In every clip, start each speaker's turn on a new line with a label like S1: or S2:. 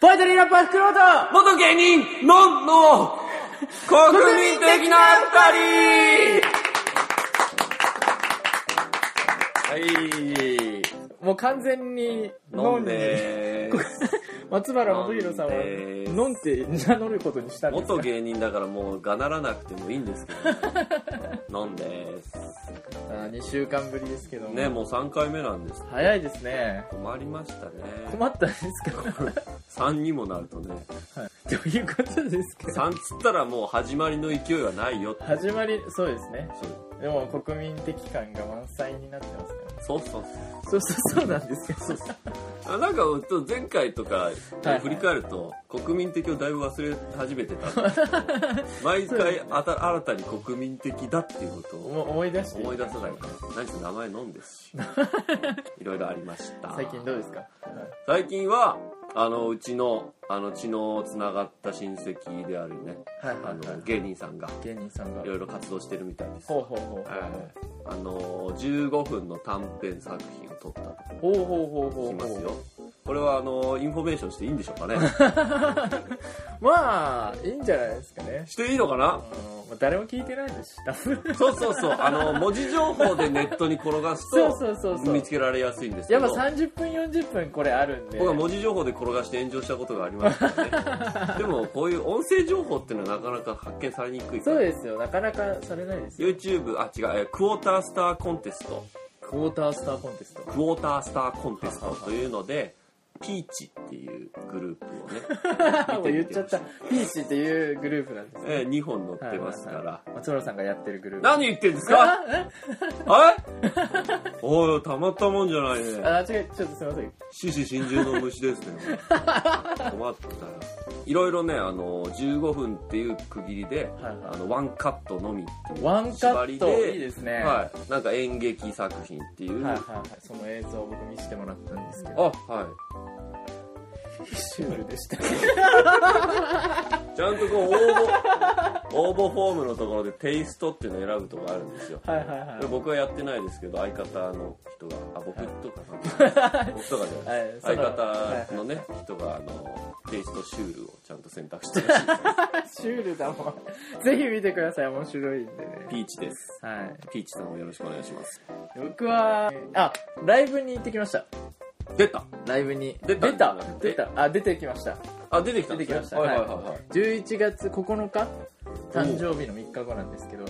S1: ポエトリーラッパー袋本
S2: 元芸人のんの国民的な二人はい。
S1: もう完全に、
S2: 飲ん
S1: で。
S2: で
S1: こ松原元弘さんは、
S2: 飲んでーす
S1: 飲んって名乗ることにしたんです
S2: 元
S1: か
S2: 芸人だからもうがならなくてもいいんですけど、飲んです。
S1: あー2週間ぶりですけども。
S2: ね、もう3回目なんです。
S1: 早いですね。
S2: 困りましたね。
S1: 困ったんですか
S2: 3にもなるとね、
S1: はいということですけど。
S2: 3つったらもう始まりの勢いはないよって。
S1: 始まり、そうですね。
S2: そう
S1: でも国民的感が満載になってますから、ね。
S2: そうそう
S1: そうそうそうなんですけど。
S2: そうあなんか前回と
S1: は
S2: か
S1: い
S2: 振り返ると、国民的をだいぶ忘れ始め てたんですけど毎回あた新たに国民的だっていうことを
S1: 思思い出して。
S2: 思い出さないから何せ名前飲んです しいろいろありました
S1: 最近どうですか、
S2: 最近はあのうちのあの血のつながった親戚であるね
S1: はい、は
S2: あ
S1: いはい
S2: の。芸人さんが
S1: 芸人さんが
S2: い。ろいろ活動してるみたいです
S1: ほうほうほうほう。
S2: はいあの15分の短編作品を撮ったと
S1: ほうほうほうほう
S2: 聞きます
S1: ほう
S2: よ。これはあのインフォメーションしていいんでしょうかね
S1: まあ、いいんじゃないですかね。
S2: していいのかな
S1: あのまあ誰も聞いてないですし、多 分。
S2: そうそうそうあの文字情報でネットに転がす
S1: そう
S2: と
S1: そうそうそう
S2: 見つけられやすいんですけ
S1: やっ
S2: ど
S1: ぱ30分、40分これあるんで。
S2: 僕は文字情報で転がして炎上したことがありま すからねでもこういう音声情報っていうのはなかなか発見されにくいか
S1: そう
S2: ら
S1: ですよ、なかなかされないですよ。
S2: YouTube あ違うえークォータースターコンテスト
S1: クォータースターコンテスト。
S2: クォータースターコンテストというのでピーチっていうグループをね
S1: もう言っちゃった。ピーチっていうグループなんですね。
S2: え2本載ってますから、
S1: はいはいはい松村さんがやってるグループ。
S2: 何言ってんです かあれ おいたまったもんじゃないね
S1: あ、違う、ちょっとすいません。
S2: 獅子心中の虫ですね困ったよいろいろねあの15分っていう区切りで、
S1: はいはい
S2: あのワンカットのみっていう
S1: ワンカ
S2: 縛り
S1: ッ
S2: で
S1: ト、いいですね。は
S2: はい、なんか演劇作品ってい、
S1: いうはいはい。その映像を僕見せてもらったんですけ
S2: あ
S1: ど。
S2: は
S1: シュールでした。
S2: いちゃんとこう応募 応募フォームのところでテイストっていうのを選ぶとこあるんですよ
S1: はいはいはい
S2: これ。僕はやってないですけど相方の人があ僕とか な僕とかじゃないです
S1: はいそ
S2: 相
S1: の
S2: 方のね人があのテイストシュールをちゃんと選択してほし
S1: シ
S2: い
S1: ュールだもん。ぜひ見てください、面白いんでね。
S2: ピーチです
S1: はい。
S2: ピーチさんもよろしくお願いします
S1: 僕は、あ、ライブに行ってきました。
S2: 出た
S1: ライブに。
S2: 出た
S1: 出た出たあ、出てきました。
S2: あ出てきたん
S1: 出
S2: で
S1: て
S2: す
S1: き
S2: ね
S1: ました。
S2: はいはいはいはい
S1: 11月9日誕生日の3日後なんですけど、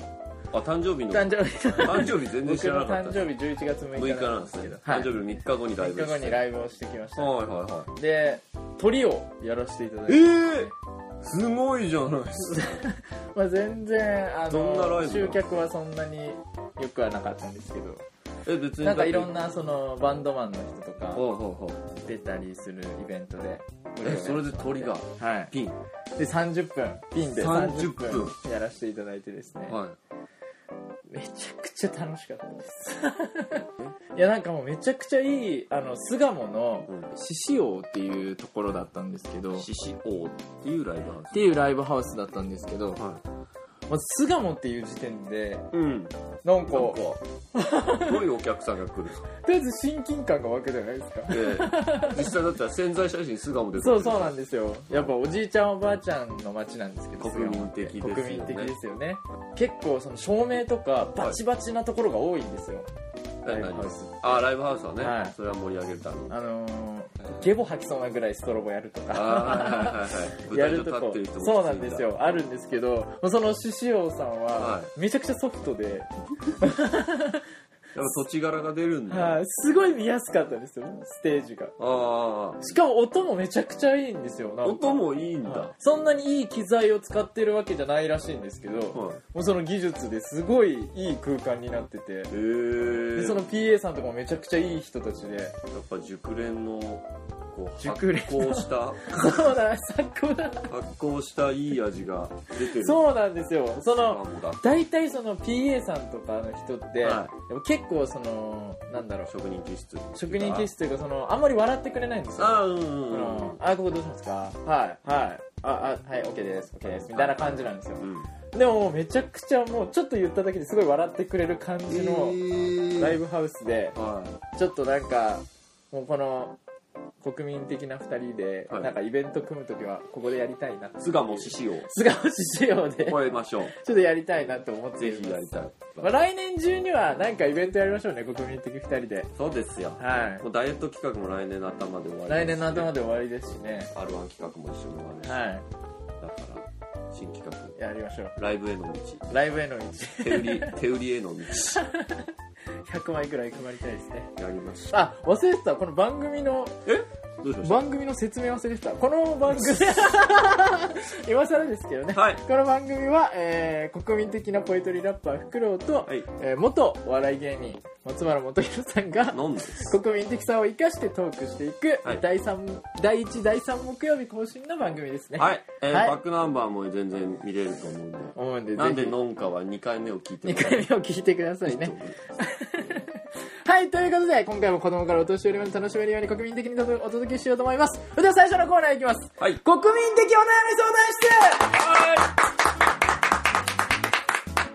S2: あ誕生日の
S1: 誕生日、
S2: 誕生日全然
S1: 僕
S2: 知らな
S1: の
S2: かった
S1: 誕生日11月6日
S2: 6日な
S1: なんで
S2: んですす
S1: け
S2: ね
S1: ど、
S2: 誕
S1: 3
S2: 生日の3日後にライブ
S1: 日
S2: し
S1: 後
S2: て
S1: にライブをしてきました。
S2: はいはいはい
S1: で、鳥をやらせていただいて、
S2: ええすごいじゃないですか。
S1: まあ、全然、あ
S2: どんなライ
S1: の、
S2: ブ
S1: 集客はそんなによくはなかったんですけど、
S2: え、別に。
S1: なんかいろん
S2: な。
S1: なそのバンドマンの人とか
S2: ほうほうほう。
S1: 出たりするイベントで、
S2: え、それで鳥が、
S1: はい。
S2: ピン。
S1: で、30分、ピンで
S2: 30
S1: 30
S2: 分
S1: 分やらせていただいてですね、
S2: は
S1: めちゃくちゃ楽しかったです。 いや、なんかもうめちゃくちゃいい、あの、巣鴨の
S2: うん
S1: 獅子王っていうところだったんですけど、
S2: い。
S1: っ
S2: 獅子王っていうライブハウ
S1: ていうライブハウスだったんですけど、
S2: ス。は
S1: まず巣鴨っていう時点で、
S2: い。うん。なん
S1: なんか、と
S2: か、どういうお客さんが来る
S1: りあえず親近感が湧くじゃないですか。
S2: の で、実際だったら潜在写真素顔で撮
S1: そ
S2: る。
S1: うそうなんですよ。やっぱおじいちゃんおばあちゃんの街なんですけど、
S2: 国民的
S1: 巣鴨って
S2: ですよね
S1: 国民的ですよね。結構その照明とかバチバチなところが多いんですよ。ライブハウスって。
S2: あ、ライブハウスはね、
S1: はい
S2: それは盛り上げるために。
S1: あのー、ゲボ吐きそうなぐらいストロボやると
S2: あ
S1: か。
S2: はいはいはいはい。
S1: や
S2: 舞
S1: ると
S2: 台上立っ
S1: こ
S2: てる人も
S1: そうなんです。よあるんですけどその獅子王さん
S2: は
S1: はめちゃくちゃソフトで、
S2: やっぱ土地柄が出るんだ。
S1: はいすごい見やすかったですよステージが
S2: ああ。
S1: しかも音もめちゃくちゃいいんですよなんか
S2: 音もいいん
S1: はい
S2: だ。
S1: そんなにいい機材を使ってるわけじゃないらしいんですけど、も
S2: は
S1: うその技術ですごいいい空間になってて
S2: い。へえ。
S1: でその PA さんとかもめちゃくちゃいい人たち で
S2: やっぱ熟練のこう
S1: 熟練
S2: 発酵した
S1: そうだ最高だ
S2: 発酵したいい味が出てる
S1: そうなんですよその
S2: なんだ
S1: 大体その PA さんとかの人って、
S2: は
S1: でも結構そのなんだろう
S2: 職人気質
S1: 職人気質というかそのあんまり笑ってくれないんですよ
S2: ああうんうん
S1: う
S2: うん
S1: んあここどうしますかはいはいああはい OK です OK ですみたいな感じなんですよ
S2: うん
S1: でももうめちゃくちゃもうちょっと言っただけですごい笑ってくれる感じの
S2: えー
S1: ライブハウスで
S2: は
S1: ちょっとなんかもうこの国民的な2人で、
S2: はい
S1: なんかイベント組む時はここでやりたいなって
S2: 巣鴨 獅子を
S1: 菅星仕様でちょ
S2: 超えましょう。
S1: っとやりたいなって思って
S2: ぜ
S1: い
S2: ひ
S1: ます
S2: やりたい。
S1: まあ、来年中にはなんかイベントやりましょうね国民的2人で
S2: そうですよ。
S1: はい
S2: もうダイエット企画も来年の頭で終わり。
S1: 来年の頭。で終わりですしね
S2: R1 企画も一緒に終わるし。
S1: は
S2: だから、新企
S1: いやりましょう
S2: 画、ライブへの道。
S1: ライブへの道
S2: 手売り、手売りへの道。
S1: 100枚くらい配りたいですね
S2: やりましょ
S1: あ忘れてたこの番組の
S2: う。どうしましょ
S1: 番組の説明忘れてたこの番 組今更ですけどね、
S2: う。はい。
S1: この番組は、えー国民的なポエトリーラッパーフクロウと、
S2: はい。
S1: えー元お笑い芸人松原元弘さんが
S2: 飲んです。
S1: 国民的さを生かしてトークしていく、
S2: はい
S1: 第3第1第3木曜日更新の番組ですね
S2: はい。えー
S1: はい
S2: バックナンバーも全然見れると思うんで。
S1: 思うんで
S2: なんで
S1: ぜ
S2: 飲んかは2回目を聞いて
S1: ひ2
S2: もら
S1: 回目を聞いてください
S2: える
S1: ね
S2: と思います。
S1: はいということで今回も子供からお年寄りまで楽しめるように国民的にお届けしようと思いますそれでは最初のコーナーいきます
S2: はい。
S1: 国民的お悩み相談室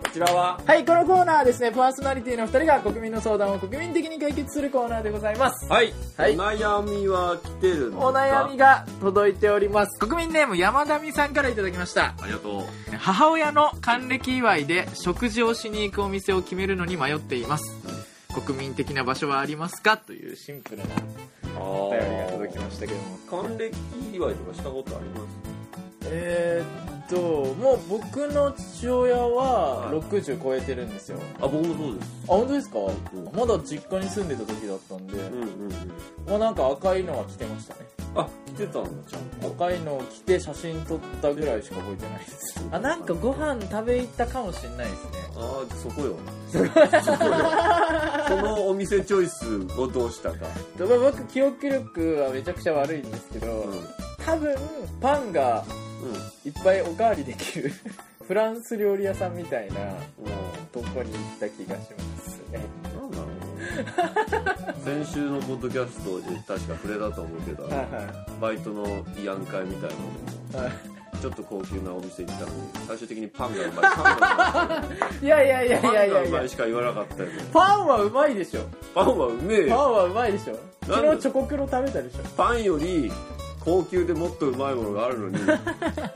S2: こちらは、
S1: はい、このコーナーはですね、パーソナリティの2人が国民の相談を国民的に解決するコーナーでございます。
S2: はい。
S1: はい
S2: お悩みは来てるんですか
S1: お悩みが届いております。国民ネーム山上さんからいただきました。
S2: ありがとう。
S1: 母親の還暦祝いで食事をしに行くお店を決めるのに迷っています。国民的な場所はありますかというシンプルなお便りが届きましたけども。
S2: 還暦祝いとかしたことあります
S1: えーっと、もう僕の父親は
S2: はい
S1: 60超えてるんですよ。
S2: あ、僕もそうです。
S1: あ、本当ですか
S2: ん
S1: まだ実家に住んでた時だったんで、
S2: うんうんうん。
S1: もうなんか赤いのは着てましたね。
S2: あ、来てたんだ、ちゃんと。
S1: 赤いのを着て写真撮ったぐらいしか覚えてないですあなんかご飯食べ行ったかもしれないですね
S2: ああ、そこ よ。そこよ。そのお店チョイスをどうしたか。
S1: でも僕記憶力はめちゃくちゃ悪いんですけど、
S2: うん。うん。
S1: 多分パンがいっぱいおかわりできる フランス料理屋さんみたいなとこに行った気がしますね
S2: なんだろうな先週のポッドキャストで確か触れたと思うけど、
S1: はいは
S2: バイトの慰安会みたいなのも
S1: いは
S2: ちょっと高級なお店行ったのに最終的にパン がうまいパンがうまい
S1: いいやいやいやい
S2: パン
S1: やい
S2: が
S1: や
S2: う
S1: い
S2: ま
S1: や
S2: いしか言わなかったよね
S1: パンはうまいでしょ
S2: パンはうめえ
S1: パ
S2: よ
S1: ンはうまいでしょ
S2: なんで
S1: 昨日チョコクロ食べたでしょ
S2: パンより高級でもっとうまいものがあるの に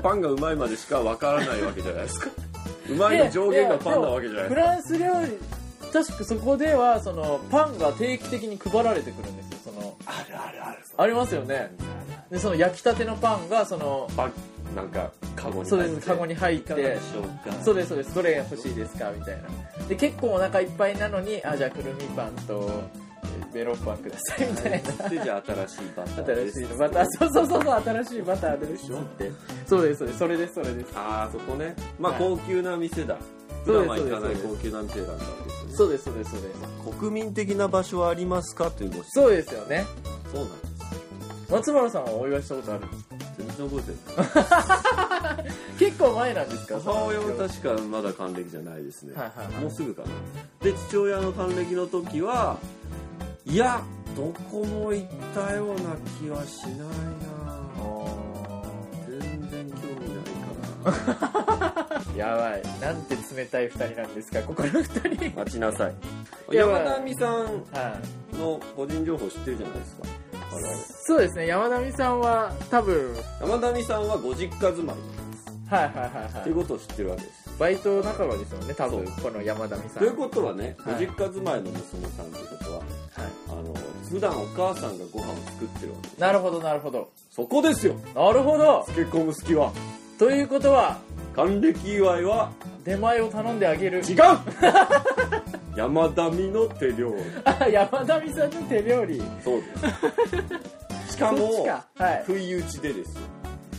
S2: パンがうまいまでしかわからないわけじゃないですかうまいの上限がパンなわけじゃない
S1: フ
S2: ですか
S1: ランス料理確かそこではそのパンが定期的に配られてくるんですよその
S2: あるあるある
S1: ありますよねでその焼きたてのパンがその
S2: パンなんかカゴに
S1: そうですカゴ
S2: に
S1: に入って
S2: しょうか
S1: そうですそうですどれが欲しいですかみたいなで結構お腹いっぱいなのにあじゃあくるみパンとえメロンパンくださいみたいな
S2: でじゃあ新しいバターで
S1: 新
S2: す
S1: しいのバターそうそうそうそう新しいバターですってそうですそうですそれですそれです
S2: ああそこねまあ
S1: はい
S2: 高級な店だ普
S1: そう
S2: 段
S1: です
S2: は行かない
S1: そうです
S2: 高級な店なんだわけですよね
S1: そうですそうですそうです
S2: 国民的な場所はありますかというご質問
S1: そうですよね
S2: そうなんです
S1: 松原さんはお祝いしたことあるんですか
S2: 全然覚えてない
S1: 結構前なんですか
S2: 母親も
S1: は
S2: 確かまだ還暦じゃないですね
S1: いはいはい
S2: もうすぐかなで父親の還暦の時はいやどこも行ったような気はしないな全然興味ないか
S1: やばいなんて冷たい2人なんですかここの2人
S2: な待ちなさい
S1: いやまあ
S2: 山田美さん
S1: はい
S2: の個人情報知ってるじゃないですか我々
S1: そうですね山並さんは多分
S2: 山田美さんはご実家住まい
S1: はいはいはい
S2: ということを知ってるわけです
S1: バイト仲間ですよね多分
S2: そ
S1: この山並さん
S2: ということはね、
S1: はい
S2: ご実家住まいの娘さんということは
S1: は
S2: あの普段お母さんがご飯を作ってるわけ
S1: いなるほどなるほど
S2: そこですよ
S1: なるほど
S2: 結婚息子は
S1: ということは
S2: 還暦祝いは
S1: 出前を頼んであげる
S2: 違う山田美の手料理
S1: あ 山並さんの手料理
S2: そ うですしかも
S1: そっちかはい
S2: 不意打ちでですよ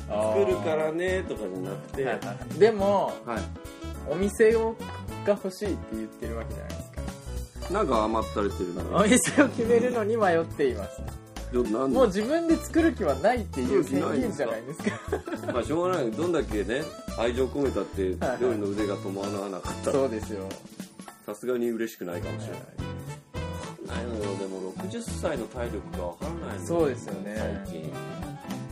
S2: 作るからねとかじゃなくて
S1: は
S2: はい
S1: はいでも
S2: い
S1: お店をが欲しいって言ってるわけじゃないですか
S2: なんか余ったれてるな
S1: お店を決めるのに迷っています
S2: でもなんで
S1: もう自分で作る気はないっていう宣言じゃないですか
S2: まあしょうがないどんだけね愛情込めたって
S1: はい
S2: 料理の腕が伴わなかったら
S1: そうですよ
S2: さすがに嬉しくないかもしれないないのよでも60歳の体力がわからないのよ
S1: そうですよね
S2: 最近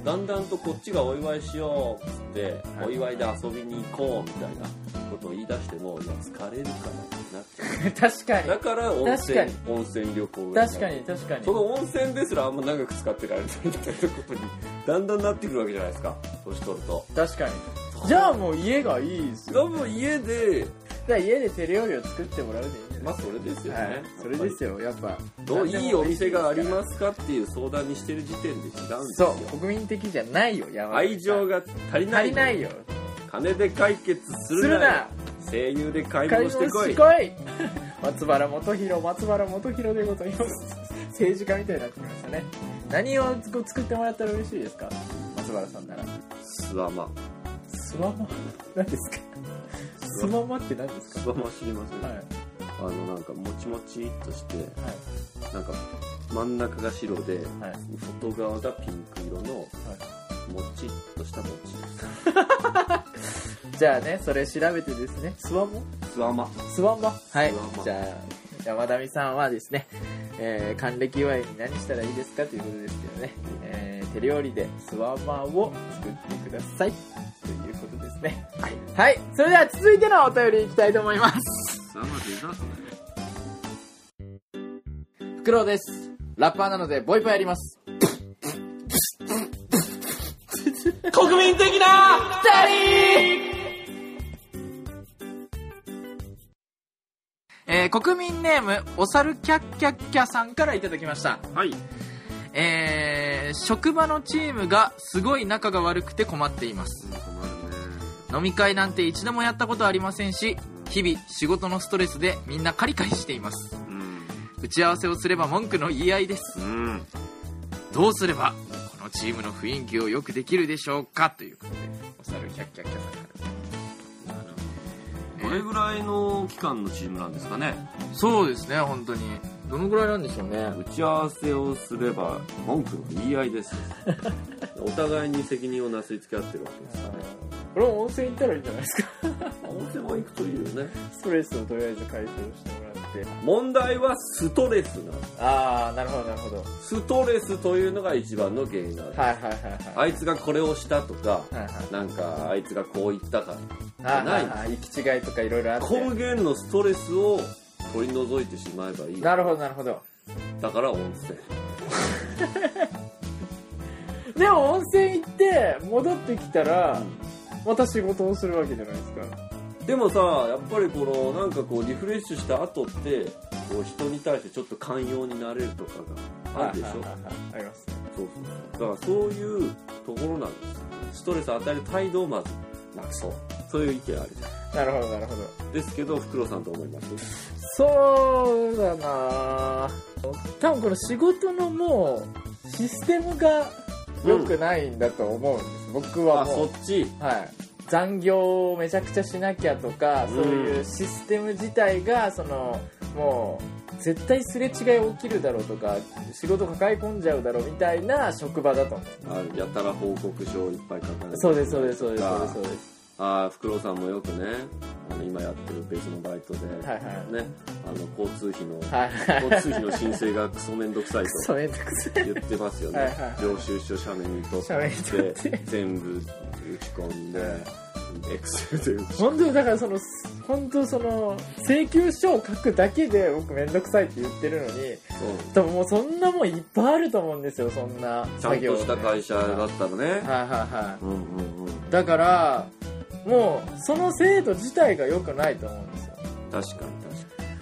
S2: だんだんとこっちがお祝いしようっつって、
S1: はい
S2: お祝いで遊びに行こうみたいなこことを言い出してもいや疲れるからってなっち ゃ
S1: 確か
S2: う
S1: に
S2: だから温泉
S1: 確
S2: 温泉旅行が
S1: 確かに確かに
S2: その温泉ですらあんま長く使ってられないみたいなことにだんだんなってくるわけじゃないですか年取ると
S1: 確かにじゃあもう家がいいですよ
S2: 多分家で
S1: じゃあ家で手料理を作ってもらうでいいんじゃな
S2: ま
S1: い
S2: あそれですよね、
S1: はい、それです
S2: よ
S1: よやっぱ
S2: どういいお店があり
S1: す
S2: ますかっていう相談にしてる時点で違うんです
S1: そ
S2: よ
S1: う国民的じゃないよ山
S2: 愛情
S1: が
S2: が足りな
S1: 足
S2: い
S1: りないよ
S2: 金で解決す
S1: する
S2: るなよ
S1: な
S2: 声優で買い
S1: 買い
S2: 物
S1: 物
S2: してこい
S1: しこい 松原元弘松原元弘でございます 政治家みたいになってきましたね何をこう作ってもらったら嬉しいですか松原さんなら
S2: スワマ
S1: スワマ何ですかスワマって何です
S2: スワマ知りません、
S1: かはいはい
S2: あのなんかもちもちっとしてなんか真ん中が白で
S1: はいはい
S2: 外側がピンク色のもちっとした餅です
S1: じゃあねそれ調べてですねスワマ
S2: スワマ
S1: スワンバはい
S2: スワンバ
S1: じゃあ山田美さんはですね、えー、還暦祝いに何したらいいですかということですけどね、えー、手料理でスワンバを作ってくださいということですねはい、それでは続いてのお便りいきたいと思います
S2: スワマデザートね
S1: フクロウですラッパーなのでボイパやります
S2: 国民的な
S1: ダリーえー、国民ネームおさるキャッキャッキャさんからいただきました
S2: はい
S1: えー職場のチームがすごい仲が悪くて困っています飲み会なんて一度もやったことありませんし日々仕事のストレスでみんなカリカリしています
S2: うん
S1: 打ち合わせをすれば文句の言い合いです
S2: うん
S1: どうすればこのチームの雰囲気をよくできるでしょうかということでお猿キャッキャッキャさんから
S2: どれぐらいの期間のチームなんですかね
S1: そうですね本当にどのぐらいなんでしょうね
S2: 打ち合わせをすれば文句の言い合いです お互いに責任をなすりつけ合ってるわけですからね
S1: これも温泉行ったらいいんじゃないですか
S2: 温泉は行くといいよね
S1: ストレスをとりあえず解消してもらって
S2: 問題はストレスなの
S1: ああなるほどなるほど
S2: ストレスというのが一番の原因なの、
S1: はいはいはい
S2: あいつがこれをしたとか
S1: はいはいはい
S2: なんかあいつがこう言ったか
S1: あ
S2: ない
S1: あああ行き違いとかいろいろあって
S2: 根源のストレスを取り除いてしまえばいい
S1: なるほどなるほど
S2: だから温泉
S1: でも温泉行って戻ってきたらまた仕事をするわけじゃないですか
S2: でもさやっぱりこのなんかこうリフレッシュした後ってこう人に対してちょっと寛容になれるとかがあるでしょ
S1: はいはいはいはいありますね
S2: そうそうそうだからそういうところなんですよストレス与える態度をまずなくそうそういう意見あるじ
S1: な
S2: ゃ
S1: るほどなるほど
S2: んですけどフクロウさんと思います
S1: そうだな多分この仕事のもうシステムが良くないんだと思うんです、僕は
S2: あ
S1: も
S2: そうっち
S1: はい残業をめちゃくちゃしなきゃとか、そういうシステム自体がそのもう絶対すれ違い起きるだろうとか仕事抱え込んじゃうだろうみたいな職場だと思う
S2: あやたら報告書をいっぱい書かない
S1: そうですそうですそうですそうですそううです
S2: ああフクロウさんもよくねあの今やってる別のバイトで、
S1: はいはい
S2: ねあの交通費の、
S1: はいはい
S2: 交通費の申請がクソめんど くさいと
S1: クソめんどくさい
S2: 言ってますよね
S1: はいはい
S2: 領収書写メに取
S1: 写メに取っ
S2: ってて全部打ち込んでエクセルで打ち
S1: 本当にだからその本当その請求書を書くだけで僕めんどくさいって言ってるのに
S2: そう
S1: 多分もうそんなもんいっぱいあると思うんですよそんな
S2: ちゃん
S1: 作業
S2: とした会社だ
S1: は
S2: ったら
S1: い
S2: ね
S1: はいはい
S2: うんうんうん
S1: だからもうその制度自体が良くないと思うんですよ
S2: 確かに確か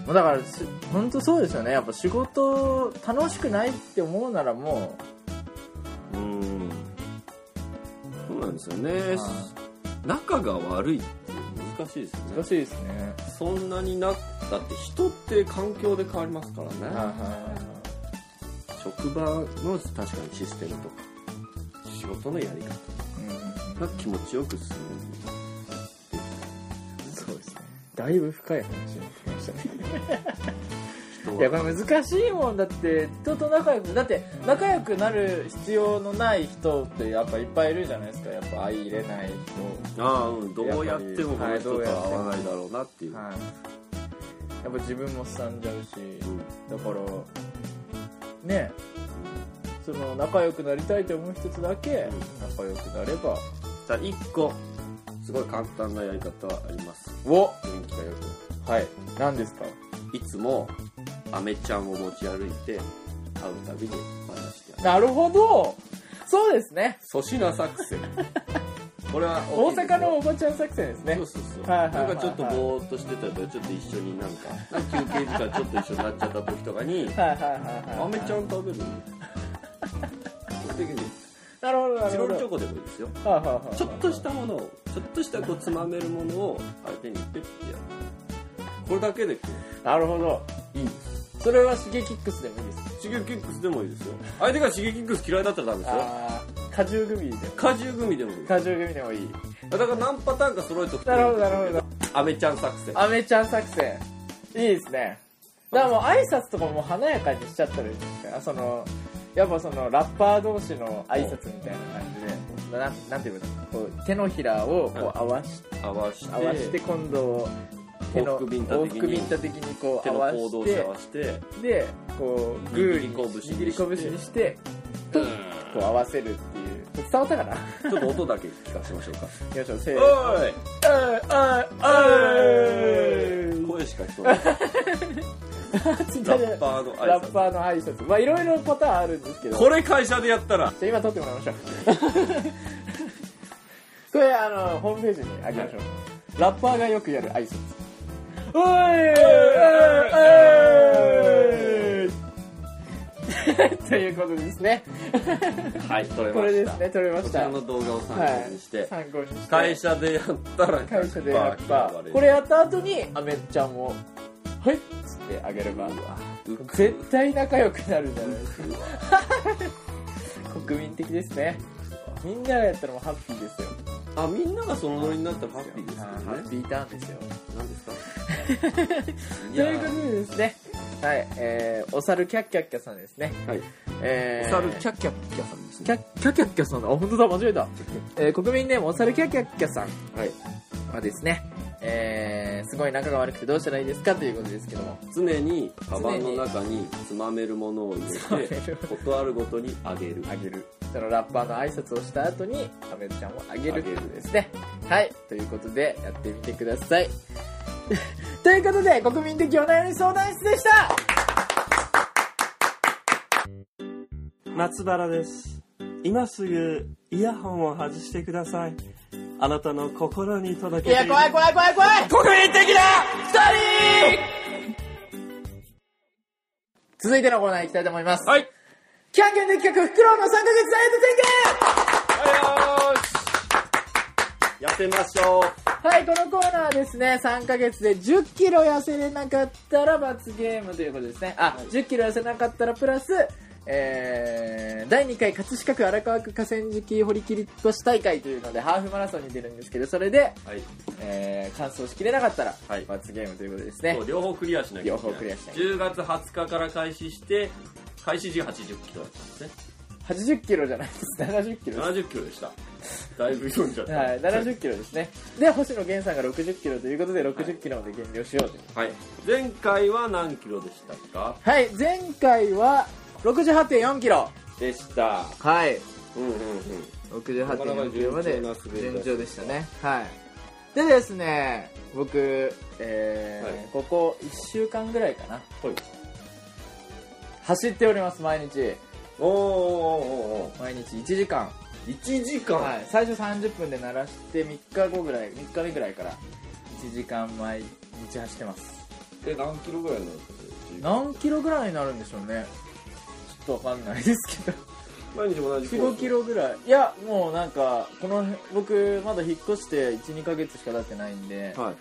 S1: もうだからし本当そうですよねやっぱ仕事楽しくないって思うならも
S2: にうんそうなんですよ
S1: う
S2: ね
S1: は
S2: 仲が悪いって難しいですよ
S1: い
S2: ね
S1: 難しいですね
S2: そんなになったって人って環境で変わりますから
S1: はい
S2: ね、
S1: はいはい
S2: 職場の確かにシステムとか仕事のやり方
S1: うん
S2: が気持ちよく進む
S1: そうですねだいぶ深い話になってきましたね
S2: 人
S1: いやこれ難しいもんだって人と仲良くだって仲良くなる必要のない人ってやっぱいっぱいいるじゃないですかやっぱ相入れない人
S2: ああうんどうやってもこの人とは合わないだろうなっていう、
S1: はいやっぱ自分もすんじゃうし
S2: うん
S1: だからねその仲良くなりたいと思う人とだけ仲良くなれば
S2: じゃあ1個すごい簡単なやり方はあります
S1: お
S2: 元気がよく
S1: はい何ですか
S2: いつもアメちゃんを持ち歩いて会うたびに話してある
S1: なるほどそうですね
S2: 粗品 作戦これは
S1: 大
S2: きいです
S1: 阪
S2: よ
S1: のおばちゃん作戦ですね
S2: そうそうそう。
S1: はいはいはい
S2: な
S1: は
S2: ん
S1: い
S2: かちょっとぼーっとしてたりとか、ちょっと一緒になんか、なんか休憩時間ちょっと一緒になっちゃった時とかに、
S1: はいはいはいはい
S2: アメちゃん食べる的に、
S1: なるほどな
S2: チ
S1: る
S2: ロ
S1: ほ
S2: ル
S1: ど
S2: チョコでもいいですよ。
S1: はいはいはいはい
S2: ちょっとしたものを、ちょっとしたこうつまめるものを相手にペッてやる。これだけでこ
S1: なるほど
S2: う、いいんです。
S1: それはシゲキックスでもいいです
S2: シゲキックスでもいいですよ。相手がシゲキックス嫌いだったらダメですよ。
S1: ああ果汁組でも
S2: 果汁グミでもいいです。
S1: 果汁組でもいい
S2: だから何パターンか揃えとくと
S1: なるほどなるほど
S2: アメちゃん作戦。
S1: アメちゃん作戦いいですねだからもう挨拶とかも華やかにしちゃったらいいですかそのやっぱそのラッパー同士の挨拶みたいな感じでななんていうのこう手のひらをこう合わし
S2: 合わして、
S1: 合わして今度手
S2: 往
S1: の
S2: 復ビンタ
S1: 往
S2: 的
S1: 復ビ
S2: に
S1: ン、タ的にこう
S2: 手
S1: 合
S2: の
S1: わ
S2: 行動
S1: し
S2: して
S1: て
S2: 合わせて、
S1: でこうグーに
S2: 握り拳に
S1: 握り拳にして
S2: ち
S1: と
S2: ょ
S1: こう合わせるっていう伝わったかな
S2: っと音だけ聞かせましょうか。
S1: いきましょうせーの
S2: おい
S1: ラ
S2: 声しか聞こえない。ラッパーの挨
S1: ッ
S2: 拶。
S1: パーの挨拶まあいろいろパターンあるんですけど
S2: これ会社でやったら、
S1: じゃあ今撮ってもらいましょう これあのホームページにあげましょうラッパーがよくやる挨拶おいおいおい ということですね
S2: はい、撮れました。
S1: これですね撮れま
S2: こ
S1: し
S2: ち
S1: た
S2: らの動画を参
S1: は
S2: 考に
S1: い
S2: して、
S1: 参考にして
S2: 会社でやったら、
S1: 会社でやっぱこ
S2: こ
S1: れ
S2: れ、
S1: やった後にアメちゃんを「はい」っつってあげれば
S2: うっ
S1: 絶対仲良くなるじゃないですか国民的ですねみんながやったらもうハッピーですよ
S2: あ、みんながそのノリになったらハッピーですよ
S1: はいハッ
S2: ね。
S1: ピーターンですよ
S2: 何ですか
S1: ということでですねはいえー、お猿キャッキャッキャさんですね
S2: とはい。
S1: えー、
S2: お猿キ
S1: ャッ
S2: ャッキャッキャさんです
S1: キ
S2: ね。
S1: ャキャッキャッキャさんだあ本当だ間違えた、えー、国民ネームお猿キャッキャッキャさん
S2: はい。
S1: はですねえー、すごい仲が悪くてどうしたらいいですかということですけども
S2: 常に、カバンの中につまめるものを入れ
S1: つまめ
S2: て
S1: る、
S2: ことあるごとにあげる。
S1: あげるそのラッパーの挨拶をした後にアメちゃんをあげるってことですねはいということでやってみてください ということで国民的お悩み相談室でした
S3: 松原です今すぐイヤホンを外してくださいあなたの心に届けて
S1: い
S3: い
S1: や
S3: る
S1: 怖い怖い怖い怖い国民的な一人続いてのコーナー行きたいと思います
S2: はい。
S1: キャンキャンで企画フクロウの3ヶ月ダイエット展
S2: はいよーしやってみましょう。
S1: 開はい、このコーナーはですね、3ヶ月で10キロ痩せれなかったら罰ゲームということですね。あ、10キロ痩せなかったらプラス、えー、第2回葛飾区荒川区河川敷堀切橋大会というのでハーフマラソンに出るんですけど、それで、
S2: はい。
S1: えー、完走しきれなかったら
S2: はい
S1: 罰ゲームということですね
S2: そう。両方クリアしなきゃいけない
S1: 両方クリアしなきゃ
S2: 10月20日から開始して開始時80キロだったんですね
S1: 80キロじゃないです。70キロです。
S2: 70キロでしただいぶ読んじゃった
S1: はい、70キロですね。で、星野源さんが60キロということで、60キロまで減量しようという。
S2: はい前回は何キロでしたか
S1: はい、前回は68.4キロ。
S2: でした
S1: はい。
S2: うんうんうん
S1: 68.4キロまで
S2: なかなか順調な滑り出し
S1: 順調でしたね。はい。でですね、僕、えー
S2: はい
S1: ここ1週間ぐらいかな。
S2: はい
S1: 走っております、毎日。
S2: おーおーおーお
S1: 毎日1時間。
S2: 1時間、
S1: はい、最初30分で鳴らして3日後ぐらい、3日目ぐらいから1時間毎日走ってます。
S2: え何キロぐらいなんですか
S1: 何キロぐらいになるんでしょうねちょっとわかんないですけ ど
S2: 毎日同じコー
S1: 45
S2: ス
S1: キロぐらいいやもうなんかこの僕まだ引っ越して12ヶ月しか経ってないんで、
S2: はい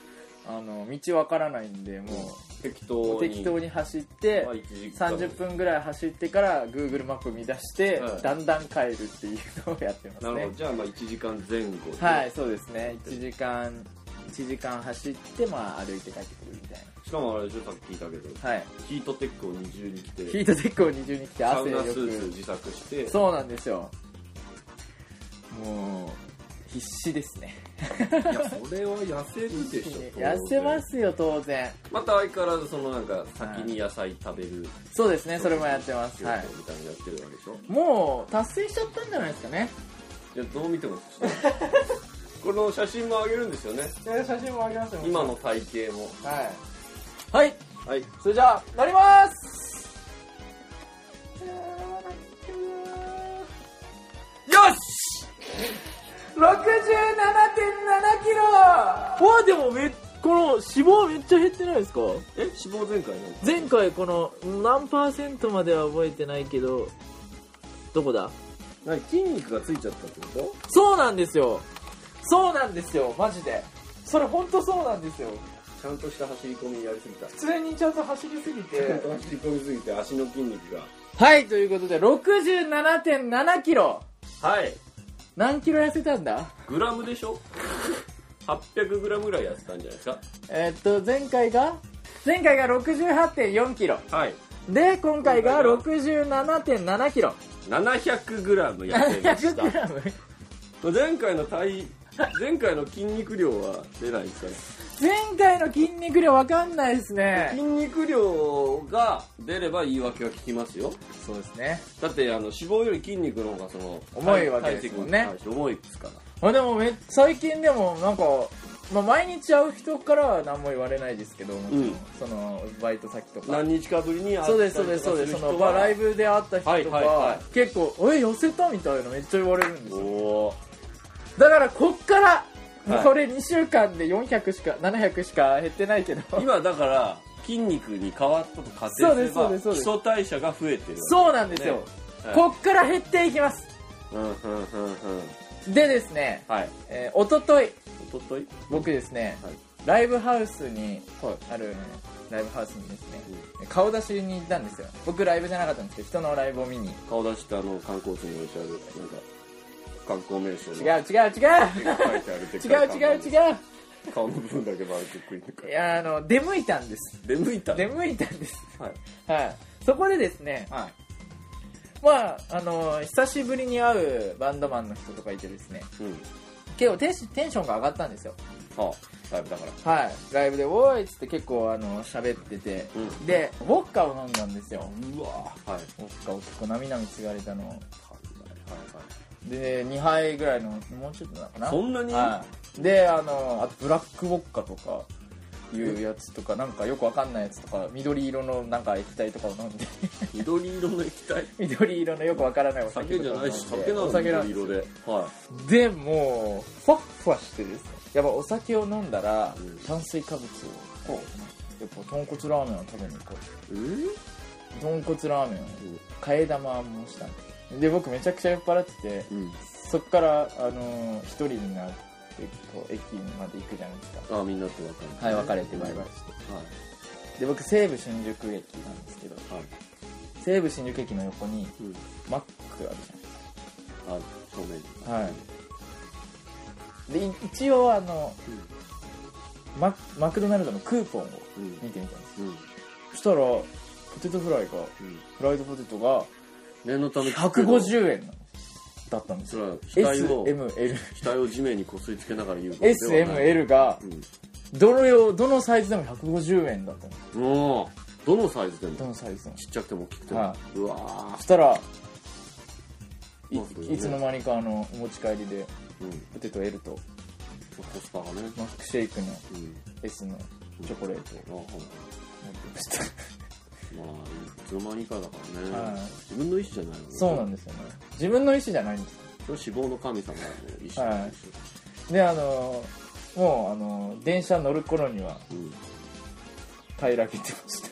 S1: あの道わからないんでも
S2: 適
S1: う
S2: 当に
S1: 適当に走って
S2: まあ1時間
S1: 30分ぐらい走ってから Google マップ見出して、
S2: はい
S1: だんだん帰るっていうのをやってます
S2: なる
S1: ね
S2: ほどじゃあまあ1時間前後で
S1: はいそうですね1時間1時間走ってまあ歩いて帰ってくるみたい
S2: しかもあれでしょさっき聞いたけど
S1: なはい
S2: ヒートテックを二重に着て
S1: ヒートテックを二重に来て
S2: サウ
S1: 汗
S2: ナ
S1: よ
S2: スーツ
S1: く
S2: 自作して
S1: そうなんですよもう必死ですね
S2: いやそれは痩せるでしょ
S1: 痩せますよ当然
S2: また相変わらずそのなんか先に野菜食べる
S1: そうですねそれもやってます
S2: 競
S1: はい
S2: 争みたいにやってるわけでしょ、
S1: もう達成しちゃったんじゃないですかね
S2: い、やどう見てもこの写真もあげるんですよね
S1: で写真もあげますよ
S2: 今の体型も
S1: はいはい
S2: はい
S1: それじゃあ乗りますよし67.7キロわあでもめこの脂肪めっちゃ減ってないですか
S2: え脂肪全開なの
S1: 前回この何パーセントまでは覚えてないけどどこだ
S2: 何筋肉がついちゃったってこ
S1: そうなんですよそうなんですよマジでそれ本当そうなんですよ
S2: とちゃんとした走り込みやりすぎたち
S1: 普通にちゃんと走りすぎ
S2: ゃん
S1: て
S2: と走り込みすぎて足の筋肉が
S1: はいということで67.7キロ
S2: はい
S1: 何キロ痩せたんだ
S2: グラムでしょ800グラムぐらいやってたんじゃないですか
S1: えーっと前回が前回が68.4キロ
S2: はい
S1: で今回が67.7キロ
S2: 700グラムやってまし
S1: 700
S2: た
S1: グラム
S2: 前回の体前回の筋肉量は出ないですかね
S1: 前回の筋肉量わかんないですね
S2: 筋肉量が出れば言い訳は聞きますよ
S1: そうですね
S2: だってあの脂肪より筋肉の方がその
S1: 重いわけですもんね
S2: 体積に対して重いですから
S1: あでもめ最近でもなんか、まあ、毎日会う人からは何も言われないですけど、
S2: ん
S1: そのバイト先とか
S2: 何日かぶりに会った
S1: そうですそうですそうですそのまあライ
S2: ブ
S1: ブで会った人とか、
S2: はいはいは
S1: 結構「え寄せた?」みたいなめっちゃ言われるんです
S2: お
S1: よ
S2: お
S1: だからこっから
S2: はい
S1: これ2週間で400しか700しか減ってないけど
S2: ー今だから筋肉に変わったと仮定すれ
S1: そう
S2: ば
S1: ですそう
S2: 基
S1: です
S2: 礎代謝が増えてるう、
S1: そうなんですよ、
S2: ねはい
S1: こっから減っていきます
S2: うんうんうんうん
S1: でですね、
S2: はい
S1: えー、おととい
S2: おととい
S1: 僕ですね、
S2: はい
S1: ライブハウスに
S2: はい
S1: あるライブハウスにですね、顔出しに行ったんですよ僕ライブじゃなかったんですけど人のライブを見に
S2: 顔出してあの観光地に置いてあるなんか観光名所の
S1: 違う違う
S2: 書いてあるでっ
S1: 違
S2: かいう看
S1: 違
S2: 板
S1: う違う違
S2: 顔の部分だけ丸くくり抜か
S1: うい
S2: れ
S1: やあの出向いたんです
S2: 出向いた
S1: 出向いたんです
S2: はい
S1: はいそこでですね
S2: はい
S1: まああの久しぶりに会うバンドマンの人とかいてですね
S2: うん
S1: 結構テンシテンションが上がったんですよ
S2: はあライブだから
S1: はいライブで「おーい」っつって結構あの喋ってて、
S2: うん
S1: でウォッカを飲んだんですよ
S2: うわはいはいはい
S1: ウォッカを結構なみなみつがれたので2杯ぐらいのもうちょっとなのかな
S2: そんなに
S1: はい、であのあとブラックウォッカとかいうやつとかなんかよくわかんないやつとか緑色のなんか液体とかを飲んで
S2: 緑色の液体
S1: 緑色のよくわからないお酒と
S2: 酒じ
S1: かを飲
S2: ゃ
S1: ん
S2: な
S1: で
S2: いし酒なの
S1: お
S2: に
S1: 酒なん
S2: 緑
S1: です
S2: 色
S1: よ
S2: で
S1: で
S2: は
S1: もうふわっふわしてですねやっぱお酒を飲んだら
S2: うん
S1: 炭水化物をこうやっぱ豚骨ラーメンを食べに行こ
S2: いうん
S1: う豚骨ラーメンを替え玉もしたんですで僕めちゃくちゃ酔っ払ってて
S2: うん
S1: そっからあのー一人になってこう駅まで行くじゃないですか
S2: あみんなと別れて
S1: はい別れてバイバイして
S2: はい
S1: で僕西武新宿駅なんですけど
S2: はい
S1: 西武新宿駅の横に
S2: うん
S1: マックあるじゃないです
S2: あ正面に
S1: かはいでい一応あのママクドナルドのクーポンを
S2: うん
S1: 見てみたんです
S2: うんうん
S1: そしたらポテトフライが
S2: うん
S1: フライドポテトが
S2: 念のため聞くけど
S1: 150円なんですだったんです
S2: そ
S1: よ
S2: れは額を
S1: SML
S2: 額を地面にこすりつけながら言うことではない
S1: SML が
S2: う
S1: どのようどのサイズでも150円だったんです
S2: んもうどのサイズで
S1: ど
S2: も
S1: のサイズでも
S2: ちっちゃくても大きくて
S1: は
S2: もうわ
S1: そしたらい
S2: まあそうだよね
S1: いつの間にかあのお持ち帰りで
S2: ーうん
S1: ポテト L と
S2: コスパがね
S1: マックシェイクの
S2: うん
S1: S のチョコレートを
S2: あはい
S1: 持ってました
S2: まあいつの間にかだからね、
S1: はい
S2: 自分の意思じゃないのね
S1: そうなんですよね自分の意思じゃないんです
S2: それは死亡の神様の意思なんですよ、
S1: であのもうあの電車乗る頃には
S2: うん、
S1: 平らげてました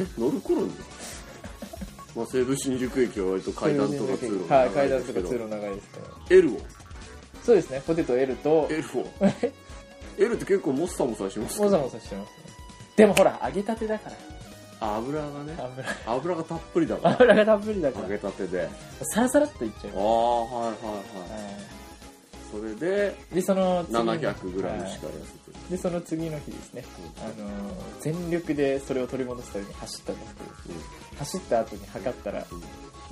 S2: え乗る頃にまあ西武新宿駅は割と階段とか通路が
S1: はい階段とか通
S2: 長いですけ
S1: 路
S2: ど
S1: 長いですから
S2: L を
S1: そうですねポテト L と
S2: L を L って結構モッサモサしますけ
S1: も
S2: ど
S1: さもさしてますねでもほら揚げたてだ から
S2: 油がね
S1: 油
S2: 油がたっぷりだから
S1: 油がたっぷりだか
S2: 揚げたてで
S1: らサラサラっといっちゃい
S2: あ
S1: ます
S2: あはいはいは
S1: はい
S2: それで
S1: いでその次の日
S2: 700グラムしか
S1: は
S2: 痩せて
S1: いでその次の日ですねあ
S2: る、
S1: の全力でそれを取り戻すために走ったんですけど走った後に測ったら
S2: う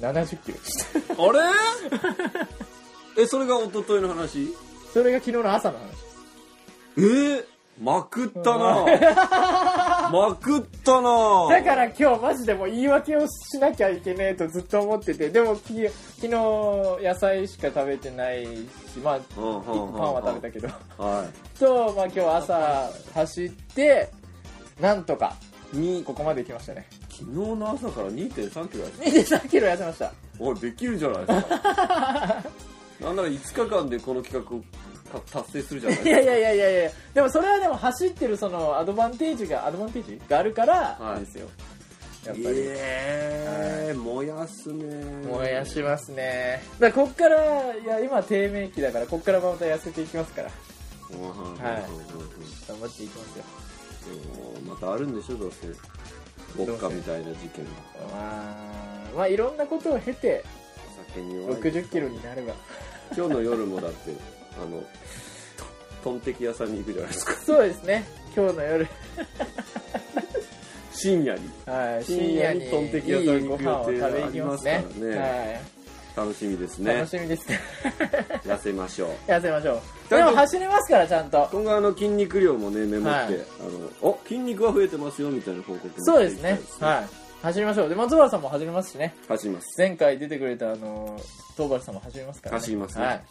S2: ん
S1: 70キロでした
S2: うんあれえそれが一昨日の話
S1: それが昨日の朝の話です
S2: えー、まくっ たなまくったな
S1: だから今日マジでもう言い訳をしなきゃいけねえとずっと思っててでもき昨日野菜しか食べてないしまあ
S2: う
S1: パ
S2: んうんうんうん
S1: ンは食べたけど
S2: は
S1: と、まあ、今日朝走ってなんとか
S2: いに
S1: ここまで来ましたね
S2: 昨日の朝から2 3キロやって
S1: 23キロ痩せました
S2: おいできるじゃないですかなんなら5日間でこの企画をた達成するじゃな い
S1: い
S2: です
S1: やいやいやいやいやでもそれはでも走ってるそのアドバンテージがアドバンテージがあるから
S2: はい
S1: ですよ、
S2: か
S1: やっぱり、
S2: えー、燃やすね
S1: 燃やしますねだからこっからいや今低迷期だからこっからまた痩せていきますから
S2: うんうんうんうんうん
S1: はい頑張っていきますよ
S2: うんまたあるんでしょどうせウォッカみたいな事件が
S1: まあ、まあ、いろんなことを経て
S2: お酒に弱い
S1: 60キロになれば
S2: 今日の夜もだってあのトンテキ屋さんに行くじゃないですか
S1: そうですね今日の夜
S2: 深夜に
S1: はい、深
S2: 深
S1: 夜
S2: 夜
S1: に
S2: に
S1: いいご飯を食べに行きますね
S2: トンテキ屋さん行く予定ありますから楽しみです
S1: はい、
S2: ね
S1: 楽しみですね
S2: 痩せましょう
S1: 痩せましょうでも走れますからちゃんと
S2: 今後あの筋肉量もねメモって、
S1: はい
S2: あのお筋肉は増えてますよみたいな報告も
S1: そうです
S2: して
S1: ね
S2: いきたいですね
S1: はい走りましょうで松原さんも走りますしね
S2: 走ります
S1: 前回出てくれたあの東原さんも走りますから、ね、
S2: 走りますね
S1: はい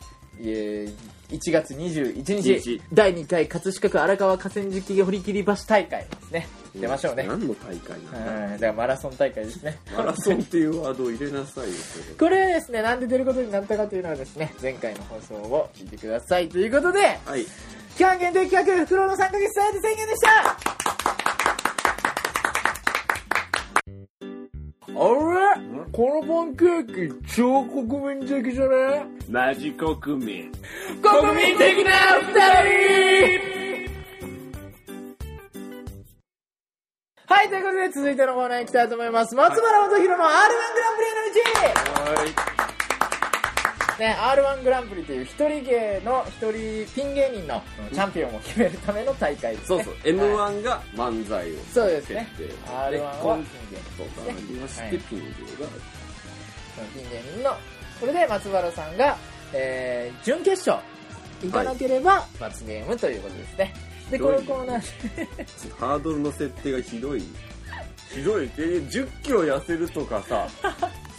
S1: えー1月21日
S2: 日
S1: 第2回葛飾区荒川河川敷堀切り橋大会ですね出ましょうね、
S2: 何の大会なんだ、
S1: はいだからマラソン大会ですね
S2: マラソンっていうワードを入れなさいよそれ
S1: これですねなんで出ることになったかというのはですね前回の放送を聞いてくださいということで
S2: はい
S1: 期間限定企画、フクロウの3ヶ月サイズ宣言でしたあれこのパンケーキ、超国民的じゃね
S2: マジ国民
S1: 国民的な二人はい、ということで続いてのコーナー行きたいと思います。松原元宏の R1 グランプリへの道ね、R1 グランプリという一人芸の一人ピン芸人のチャンピオンを決めるための大会です
S2: そ
S1: ね。
S2: うそう m 1が漫才を
S1: そうですね
S2: 決定
S1: R1
S2: で
S1: は
S2: コン
S1: ピン芸人
S2: トがありまし
S1: は
S2: て
S1: い
S2: ピン芸が
S1: ピン芸人のこれで松原さんが、えー準決勝行かなければ罰ゲームということですね、で
S2: ひ
S1: こ
S2: どい
S1: の
S2: ね
S1: コーナーで
S2: ハードルの設定がひどいひどい1 0キロ痩せるとかさ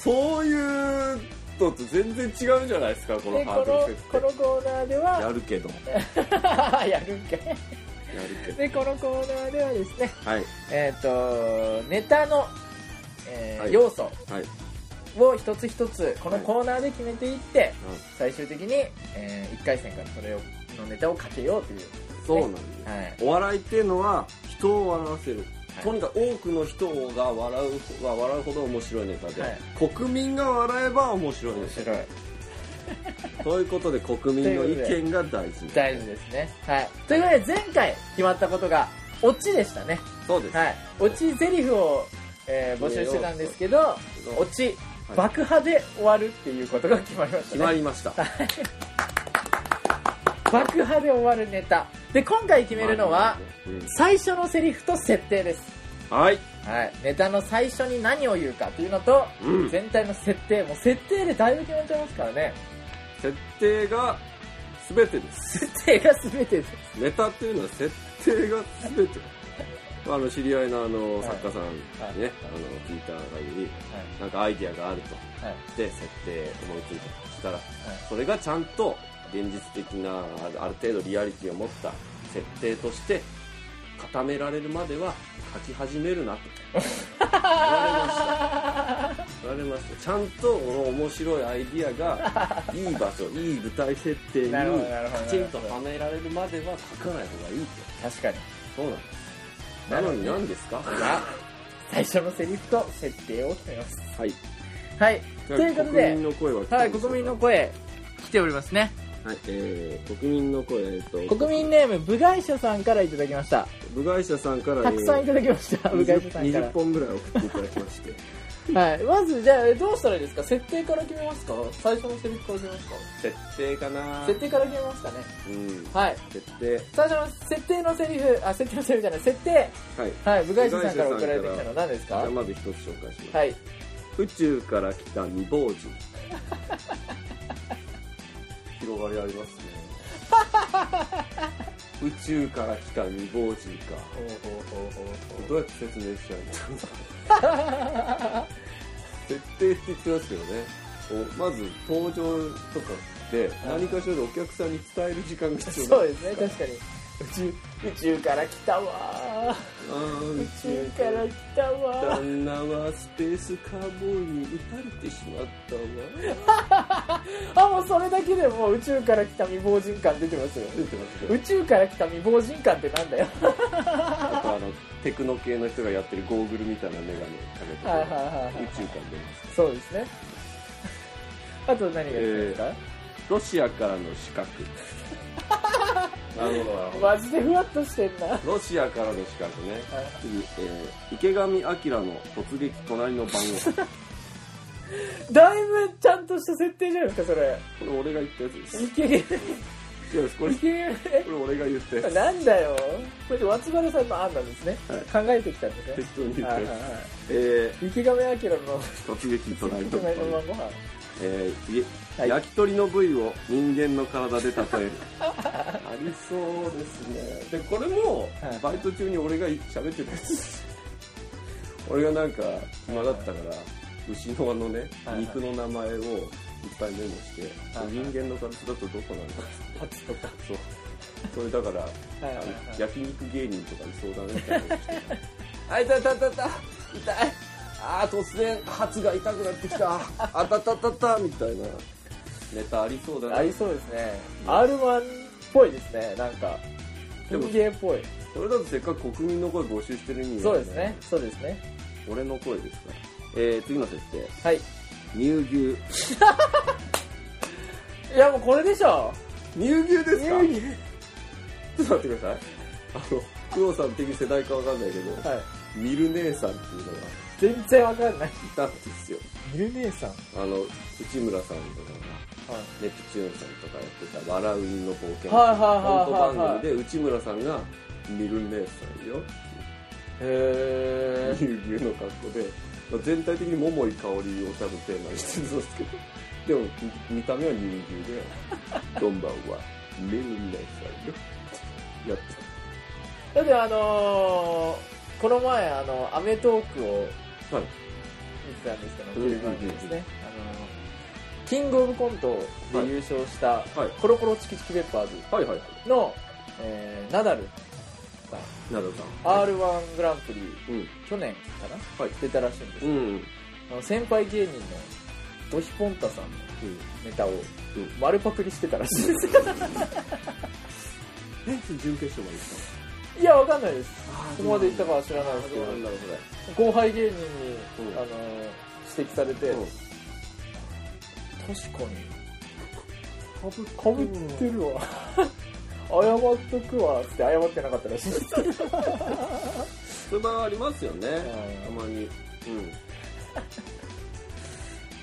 S2: そういうのと全然違うんじゃないですかこの
S1: で
S2: ハー
S1: こ
S2: ドル設定
S1: のこのコーナーで
S2: や
S1: は
S2: るけどや
S1: やるんかい
S2: るけど
S1: でこのコーナーではですね
S2: はい
S1: えっ、とネタの、えー
S2: はい
S1: 要素
S2: はい
S1: を一つ一つこのコーナーで決めていって、
S2: うん
S1: 最終的に、え1回戦からそれをのネタをかけようという、
S2: そうなんです、
S1: はい、
S2: お笑いっていうのは人を笑わせる、
S1: はい
S2: とにかく多くの人が笑うは笑うほど面白いネタで、
S1: はい
S2: 国民が笑えば面白いネ
S1: 面白い
S2: タということで国民の意見が大事
S1: 大事ですね。はい。ということで、前回決まったことが、オチでしたね。
S2: そうです、
S1: はい。オチゼリフを、えー募集してたんですけど、オチ、爆破で終わるっていうことが決まりました
S2: 決ま
S1: ね。
S2: りました
S1: 爆破で終わるネタ。で、今回決めるのは、最初のセリフと設定です。
S2: うんはい
S1: はい。ネタの最初に何を言うかというのと、
S2: うん
S1: 全体の設定、もう設定でだいぶ決まっちゃいますからね。
S2: 設定が全てです
S1: 設定が全てです。
S2: ネタっていうのは設定が全てあの知り合いのあの
S1: はい
S2: 作家さんにね、
S1: はい
S2: あの聞いた限り
S1: はい。
S2: なんかアイディアがあると
S1: はい。
S2: で設定思いついたとしたらそれがちゃんと現実的なあるある程度リアリティを持った設定として固められるまでは書き始めるなと言われました言われましたちゃんとこの面白いアイディアがいい場 所いい舞台設定に
S1: なるほどなるほどなるほど
S2: カチンとはめられるまでは書かない方がいいと
S1: 確かに。
S2: そうなんですなのに何ですか
S1: が最初のセリフと設定を決めます。
S2: はい
S1: はい。ということ
S2: 国
S1: で
S2: 民、の声は来て
S1: はい、
S2: ます
S1: 国民の声、来ておりますね。
S2: はいえー、国民の声えっと
S1: 国民ネーム、部外者さんからいただきました。
S2: 部外者さんから、
S1: たくさんいただきました、部外者さんか
S2: 20本ぐらい送っていただきまして
S1: ら。はい。まず、じゃあ、どうしたらいいですか設定から決めますか最初のセリフから決めますか
S2: 設定かな
S1: 設定から決めますかね。
S2: うん
S1: はい。
S2: 設定
S1: 最初の設定のセリフ、あ、設定のセリフじゃない、設定。
S2: はい
S1: はい、部外者さんから送られてきたのは
S2: 部外者さんから
S1: 何です
S2: じゃあ
S1: か
S2: まず一つ紹介します、
S1: はい。
S2: 宇宙から来た未亡 人広がりありますね宇宙から来た未亡
S1: ほうほう
S2: 人か
S1: ほうほうほう
S2: どうやって説明したらいいんだろうな設定って言ってますけどねおまず登場とかって何かしらでお客さんに伝える時間が必要
S1: そう
S2: す
S1: ですね確かに宇宙宇宙から来たわ
S2: あ
S1: ー
S2: ー
S1: 宇宙から来たわー
S2: 旦那はスペースカーボーイに打たれてしまったわ
S1: あもうそれだけでもう宇宙から来た未亡人感出てますよ
S2: 出てますけど
S1: 宇宙から来た未亡人感ってなんだよ
S2: あとあのテクノ系の人がやってるゴーグルみたいな眼鏡
S1: はいはい
S2: か
S1: はいはい
S2: けて 宇宙感出ます
S1: そうですね あと何がいいですか、
S2: ロシアからの資格 なるほどなるほど
S1: マジでふわっとしてんな はい
S2: ロシアからの資格ね次、えー池上彰の突撃隣の番号こ
S1: だいぶちゃんとした設定じゃないですかそれ
S2: れ俺が言ったやつです
S1: いける
S2: 違うですこれ
S1: い
S2: こ
S1: けるえ
S2: れ俺が言ったや つ
S1: なんだよこれで松原さんの案なんですね、考えてきたんですね
S2: 適当に言っ
S1: は
S2: た
S1: い
S2: や
S1: はいは
S2: つ、え
S1: い池上彰の
S2: ー、突撃隣
S1: 「
S2: の
S1: と
S2: 番
S1: めの
S2: 号
S1: 晩、ご飯
S2: えー、次、
S1: はい
S2: 焼き鳥の部位を人間の体で 例えるありそうですねでこれも、
S1: はい
S2: バイト中に俺が喋ってたやつです俺がなんか暇だったから牛のあのね、
S1: はいはい
S2: 肉の名前をいっぱいメモして、
S1: はいはい
S2: 人間の形だとどこなんだ
S1: パツとか
S2: そう。それだから、
S1: はい
S2: あ
S1: はい
S2: の
S1: はい
S2: 焼肉芸人とかに相談みたいなのして。あ、痛いたたた痛い。ああ、突然、ハツが痛くなってきた。あたたたたみたいな。ネタありそうだ
S1: あり
S2: ね。
S1: そうですね R1 っぽいですねなんか
S2: でも
S1: 文芸っぽい
S2: それだとせっかく国民の声募集してる意味が
S1: そ
S2: あ
S1: う
S2: る
S1: ですね。そうですね
S2: 俺の声ですから。えー、次の設定。
S1: はい
S2: 乳牛。
S1: いやもうこれでしょ
S2: 乳牛ですか
S1: 乳牛
S2: ちょっと待ってください。あの、工藤さん的世代かわかんないけど、
S1: はい
S2: ミル姉さんっていうのがい
S1: 全然わかんない
S2: たんですよ。
S1: ミル姉さん
S2: あの、内村さんとかが。
S1: はい
S2: ネプチューンさんとかやってた「笑う犬の冒険」
S1: はいはい
S2: コント
S1: はいはい
S2: 番
S1: はい
S2: 組で内村さんが「ミル姉さ んよ」
S1: へ
S2: 牛牛の格好でまあ全体的に桃井香りを多分テーマにしてるんですけどでも見見た目は乳牛で「こんばんはミル姉さんよ」やって
S1: えだってあのー、この前あの『アメトーク』を
S2: たはい
S1: 見てたんですけど
S2: うんうん
S1: テレ
S2: うん
S1: ビ番組ですねあのーキングオブコントで優勝した
S2: はい
S1: コロコロチキチキペッパーズ
S2: はいはいはい
S1: の、えーナダルさん
S2: なるほど
S1: R1 グランプリ
S2: うん
S1: 去年かな
S2: はい
S1: 出たらしいんです
S2: うんうん
S1: あの先輩芸人のドヒポンタさんのネタを丸パクリしてたらしいです
S2: え準決勝まで行っ た
S1: いやわかんないです
S2: あ
S1: そこまで行ったかは知らないですけ
S2: どうなん
S1: ど
S2: だろうこ
S1: 後輩芸人に
S2: うん
S1: あの指摘されて
S2: れ
S1: 確かに
S2: かぶ
S1: かぶってるわ謝っとくわっつって謝ってなかったらしいですけど
S2: つばありますよね
S1: ん
S2: たまにうん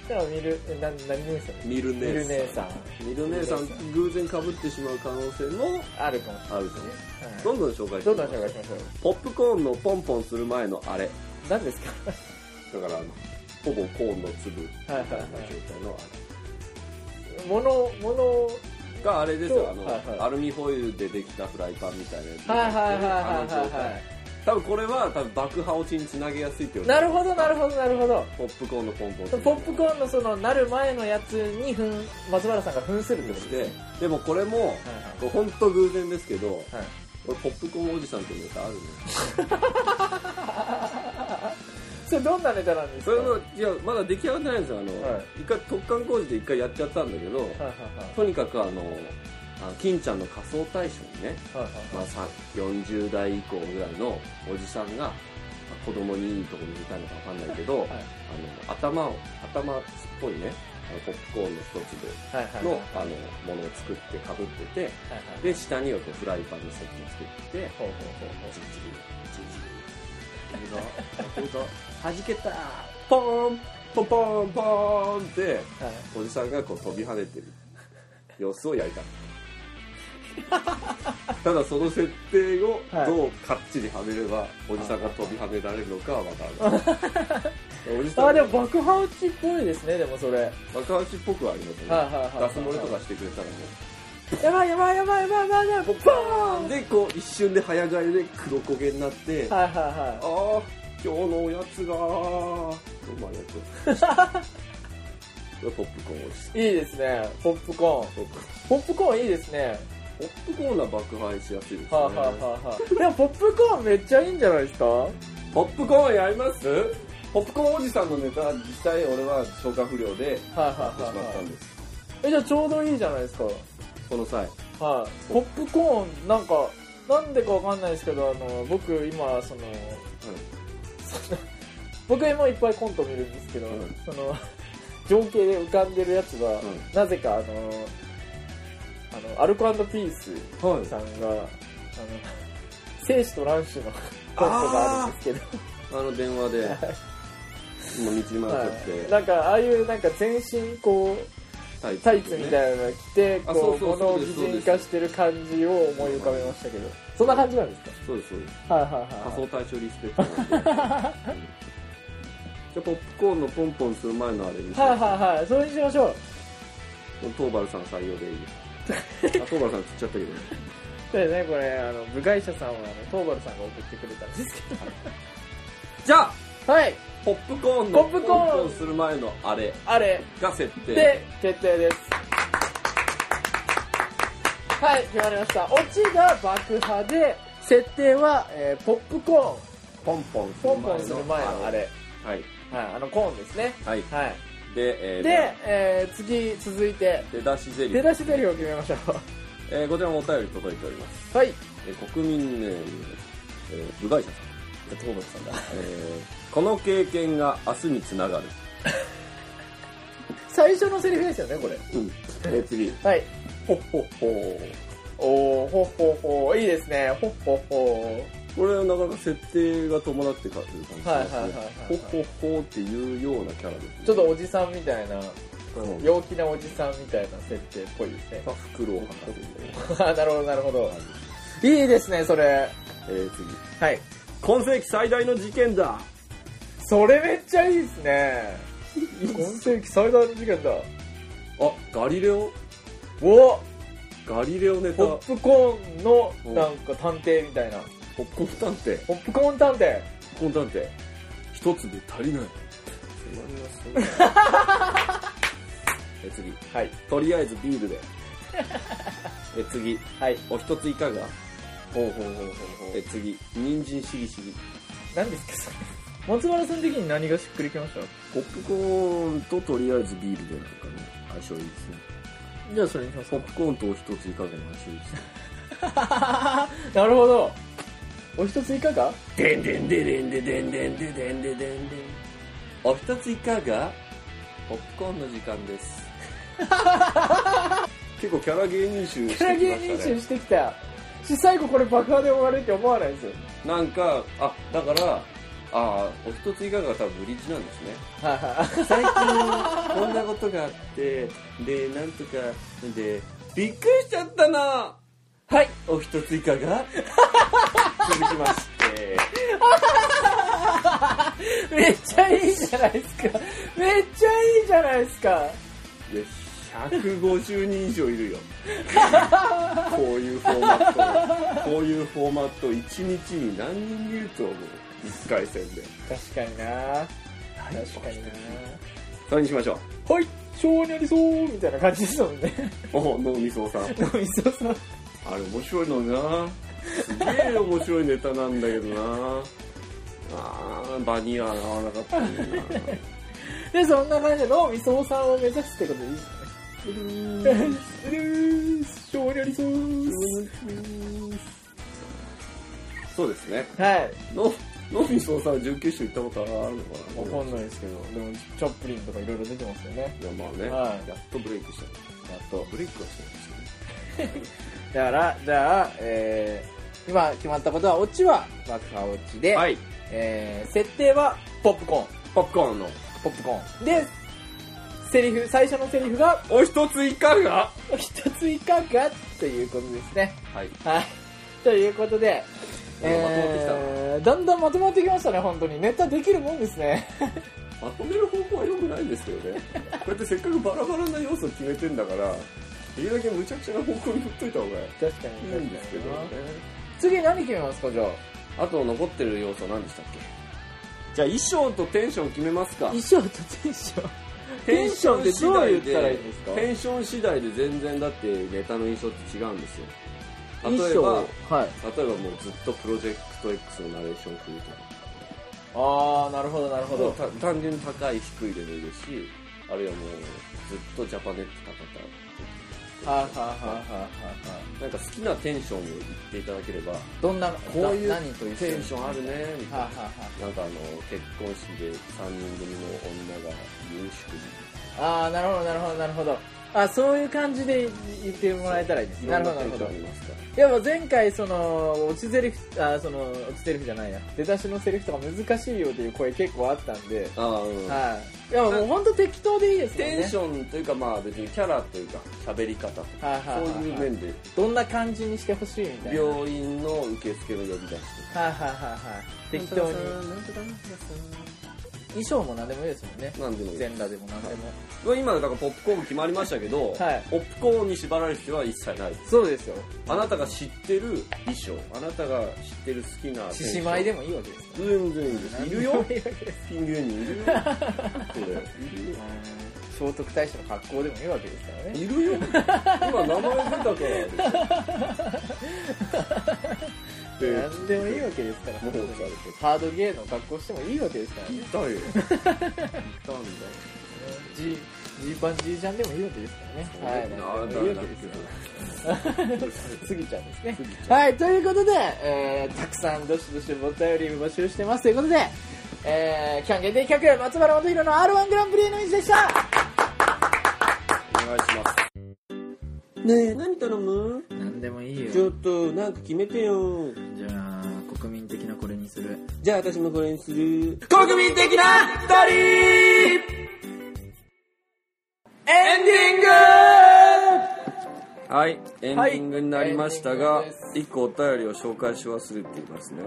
S1: だから見るな何姉さん
S2: ミル姉
S1: 見る
S2: さん
S1: 姉さん
S2: ミル姉さん偶然かぶってしまう可能性も
S1: あるかもし
S2: あ
S1: れな
S2: ると思
S1: いうど
S2: どんどん紹介して
S1: んどん紹介しましょ
S2: ポップコーンのポンポンする前のあれ
S1: う何ですか
S2: だからあのほぼコーンの粒みたいな
S1: はい
S2: 状
S1: はいはい
S2: 態の
S1: 物物
S2: あれがあれですよあの、
S1: はいはい
S2: アルミホイルでできたフライパンみたいなやつ
S1: はいはいはい
S2: あの
S1: は
S2: 状
S1: いは
S2: 態多分これは多分爆破落ちにつなげやすいって
S1: い
S2: こと
S1: なるほどなる
S2: ほ
S1: ほどなるほど
S2: どポップコーンのポンポンする
S1: ポップコーンのそのなる前のやつにふん松原さんが扮するってこと
S2: で
S1: ね
S2: でもこれも
S1: はいはい
S2: これ本当偶然ですけど
S1: はい
S2: これポップコーンおじさんってネタあるね
S1: それどんなネタなんです
S2: そ
S1: か
S2: れのいやまだ出来上がってないんですよあの、
S1: はい
S2: 一回突貫工事で一回やっちゃったんだけど、
S1: はいはい
S2: とにかくあのあ金ちゃんの仮装大賞にね、
S1: はいはい
S2: まあ、さ40代以降ぐらいのおじさんがまあ子供にいいとこ見せたいのかわかんないけど、
S1: はい
S2: あの頭を頭っぽいねあのポップコーンの一
S1: はいはいはい
S2: 粒のあのものを作ってかぶっててで下にはこうフライパンのセットを作ってて
S1: ほうほうほうほう
S2: チリチリチリチリこれがはじけたポーンポンポンポーンって
S1: はい
S2: おじさんがこう飛び跳ねてる様子をやりたいただその設定を
S1: はい
S2: どうかっちりはめればおじさんが飛び跳ねられるのかはわからないおじさ
S1: あ
S2: ん
S1: で
S2: が
S1: も爆破落ちっぽいですねでもそれはい
S2: 爆発っぽくはありますね
S1: はいはい
S2: ガス漏れとかしてくれたらもう
S1: やばいやばいやばいやばいやばいやばいバーン
S2: でこう一瞬で早替えで黒焦げになって、あ
S1: はいは
S2: あ今日のおやつがーとまあやっち ゃうでポップコーンをして
S1: いはいいいですねポップコーン
S2: ポップ
S1: ポップコーンいいですね
S2: ポップコーンは爆破しやすいですね、
S1: はいはいはいはい でもポップコーンめっちゃいいんじゃないですか
S2: ポップコーンやりますポップコーンおじさんのネタ実際俺は消化不良でやってし
S1: はいはい
S2: ま
S1: はい
S2: った
S1: は
S2: ん
S1: い
S2: です
S1: えじゃあちょうどいいじゃないですか
S2: この際
S1: はい、ポップコーンなんかなんでかわかんないですけどあの僕今その、その僕今いっぱいコント見るんですけど、
S2: うん
S1: その 情景で浮かんでるやつは、
S2: ん
S1: なぜかあのあのアルコピース
S2: はい
S1: さんが、あの精子と卵子のコントがあるんですけど
S2: あの電話で今道に回っちゃって、
S1: はいなんかああいうなんか全身こう
S2: タイ
S1: タイツみ
S2: い
S1: たいなの着て、
S2: あ
S1: こう
S2: そ
S1: 物
S2: うそうそ
S1: を
S2: うで
S1: 擬
S2: すそうです
S1: 人化してる感じを思い浮かべましたけどそんな感じなんですか
S2: そうですそうです
S1: はいはい
S2: 仮
S1: はい
S2: 想対象リスペ クトなんでうんじゃあポップコーンのポンポンする前のあれにし
S1: はい
S2: ましょ
S1: はいはいそれにしましょう
S2: うトーバルさん採用 でいいですあトーバルさん釣っちゃったけど
S1: でねこれあの部外者さんはあのトーバルさんが送ってくれたんですけ
S2: じゃあ
S1: どはい
S2: ポップコーンの
S1: ポップコーン
S2: ポンポンする前のあれ
S1: あれ
S2: が設定
S1: で決定ですはい決まりましたオチが爆破で設定は、えーポップコ
S2: ポンポン
S1: ーンポンポンする前のあれ
S2: はい
S1: はいあのコーンですね
S2: はい
S1: はい
S2: で、えー
S1: で、えー次続いて
S2: 出だしゼリ
S1: 出
S2: ー、
S1: だしゼリーを決めましょ
S2: えーこちらもお便り届いております、
S1: うはい
S2: えー国民ネーム、えー部外者さんえートーバルさんだ、えーこの経験が明日につながる
S1: 最初のセリフですよねこれ
S2: うん、えー次
S1: はい
S2: ほっほっほ
S1: おおほっほっほいいですねほっほっほ
S2: これはなかなか設定が伴ってかという感じ
S1: はいは
S2: で
S1: い
S2: すね
S1: はい
S2: ほっ
S1: は
S2: ほっほっていうようなキャラです、ね、
S1: いちょっとおじさんみたいな
S2: うん
S1: 陽気なおじさんみたいな設定っぽいですね
S2: 袋をはかるんで、
S1: あなるほどなるほどいいですねそれ
S2: えー、次
S1: はい
S2: 今世紀最大の事件だ
S1: それめっちゃいいですね今世紀最大の事件だ
S2: あガリレオ
S1: お
S2: ガリレオネタ
S1: ポップコーンの
S2: うん
S1: なんか探偵みたいな
S2: ポップコーン探偵
S1: ポップコーン探偵
S2: コーン探偵一粒足りない え次
S1: はい
S2: とりあえずビー ルでえ次
S1: はい
S2: お一ついかが
S1: ほうほうほうほうほ
S2: え次人参しぎしぎ
S1: 何ですかそれ松原さん的に何がしっくりきました
S2: ポップコーンととりあえずビールでなんかね相性いいですね
S1: じゃあそれにします
S2: ポップコーンとお一ついかがの相性いいですね
S1: なるほどお一ついかが
S2: でんでんででんででんでんででんででんでんお一ついかがポップコーンの時間です結構キャラ芸人集してきまし
S1: キャ
S2: た
S1: ラ
S2: ね
S1: 芸人集してきたし最後これ爆破で終わるって思わないですよ
S2: なんかあだからああお一ついかがが多分ブリッジなんですね
S1: はいはい
S2: 最近こんなことがあってでなんとかでびっくりしちゃったなはいお一ついかが続きまして
S1: めっちゃいいじゃないですかめっちゃいいじゃないですか
S2: いや150人以上いるよこういうフォーマットこういうフォーマット1日に何人いると思う1回戦で
S1: 確かにな確かにな
S2: それにしましょう
S1: はい性にありそうみたいな感じですもんね
S2: お脳みそさん
S1: 飲みそうそう
S2: あれ面白いのになすげえ面白いネタなんだけどなあー場には合わなかったんだよな
S1: でそんな感じで飲みそうさんを目指すってことでいいじゃないですかうるーす性にありそう
S2: そうですね
S1: はい
S2: の脳みそさん準決勝行ったことあるの
S1: わ
S2: かな
S1: かんないですけど、でも、チャップリンとかいろいろ出てますよね。
S2: いやまあね、
S1: はい
S2: やっとブレイクしたね
S1: やっと。
S2: ブレイクはしてないですよね
S1: だから、じゃあ、えー、今決まったことは、オチは爆破オチで、
S2: はい
S1: えー、設定はポップコーン。
S2: ポップコーンの
S1: ポップコーン。で、セリフ、最初のセリフが、
S2: お一ついかが
S1: 一ついかがということですね。
S2: はい
S1: はい。ということで、
S2: なんかまとまってきたな
S1: えー、だんだんまとまってきましたね、本当に。ネタできるもんですね。
S2: まとめる方法は良くないんですけどねこうやってせっかくバラバラな要素決めてんだからできるだけ無茶苦茶な方向に振っといた方が
S1: 確かに確か
S2: いいん
S1: に
S2: ですけどね
S1: 次何決めますかじゃあ
S2: あと残ってる要素何でしたっけじゃあ衣装とテンション決めますか
S1: 衣装とテンションテンションってどう言ったらいいんですか
S2: テンション次第で全然だってネタの印象って違うんですよ例
S1: 衣
S2: え
S1: 装
S2: ば
S1: はい
S2: 例えばもうずっとプロジェクト X のナレーション風とか
S1: ああなるほどなるほ
S2: もう
S1: ど
S2: た単純に高い低いでもいいですしあるいはもうずっとジャパネット
S1: はあはあはあはあはあ
S2: 高田なんか好きなテンションを言っていただければ
S1: どんな
S2: こういう
S1: な何と一緒
S2: テンションあるねみたい
S1: はあ
S2: な
S1: は
S2: なんかあの結婚式で3人組の女が優秀に
S1: あはああーなるほどなるほどなるほどあそういう感じで言ってもらえたらいいです
S2: い
S1: な
S2: ろ
S1: る
S2: んな
S1: ほどな
S2: テ
S1: るほど
S2: ンションありますから
S1: いやもう前回その落ちゼリフあその落ちゼリフじゃないや出だしのセリフとか難しいよという声結構あったんで、
S2: ああうん
S1: はいいやもう本当適当でいいですもんね
S2: テンションというかまあ別にキャラというか喋り方とか
S1: はいは
S2: そう
S1: いはい
S2: いう
S1: はい
S2: 面で
S1: どんな感じにしてほしいみたいなはい
S2: 病院の受付の呼び出しとか
S1: はいはいはい適当に
S2: なんとかなんとか
S1: 衣装も何でもいいですもんね
S2: さんなんでもいい
S1: 全裸でも何でも、
S2: まあ今だからポップコーン決まりましたけど、
S1: はい
S2: ポップコーンに縛られる必要は一切ないです
S1: そうですよ
S2: あなたが知ってる衣装あなたが知ってる好きな
S1: 獅子舞で
S2: も
S1: もいいわけですよ
S2: 全然いいですいるよ
S1: 何でもいいわけです
S2: ピン芸人い るよそれいるよ
S1: 聖徳太子の格好でもいいわけですからね
S2: いるよ今名前出た からでしょで
S1: 何でもいいわけですから
S2: もう されて
S1: ハードゲーの格好してもいいわけですからね
S2: いたよいたんだよ
S1: ジーパンジージャンでもいいわけですからね。はい。い
S2: なんだ
S1: い
S2: よ
S1: わけですよ。スギちゃんですね
S2: スギち。ゃん
S1: はい、ということで、えー、たくさんどしどしお便り募集してますということで、えー、期間限定企画、松原元宏の R1 グランプリへの道でした
S2: お願いしますねえ何頼む
S1: なんでもいい
S2: ちょっとなんか決めてよ
S1: じゃあ、国民的なこれにする。
S2: じゃあ私もこれにする
S1: 国民的な二人エンディング
S2: はいエンデ
S1: はい
S2: ィングになりまし
S1: エ
S2: たが
S1: ンディングです
S2: 一個お便りを紹介し忘れていますね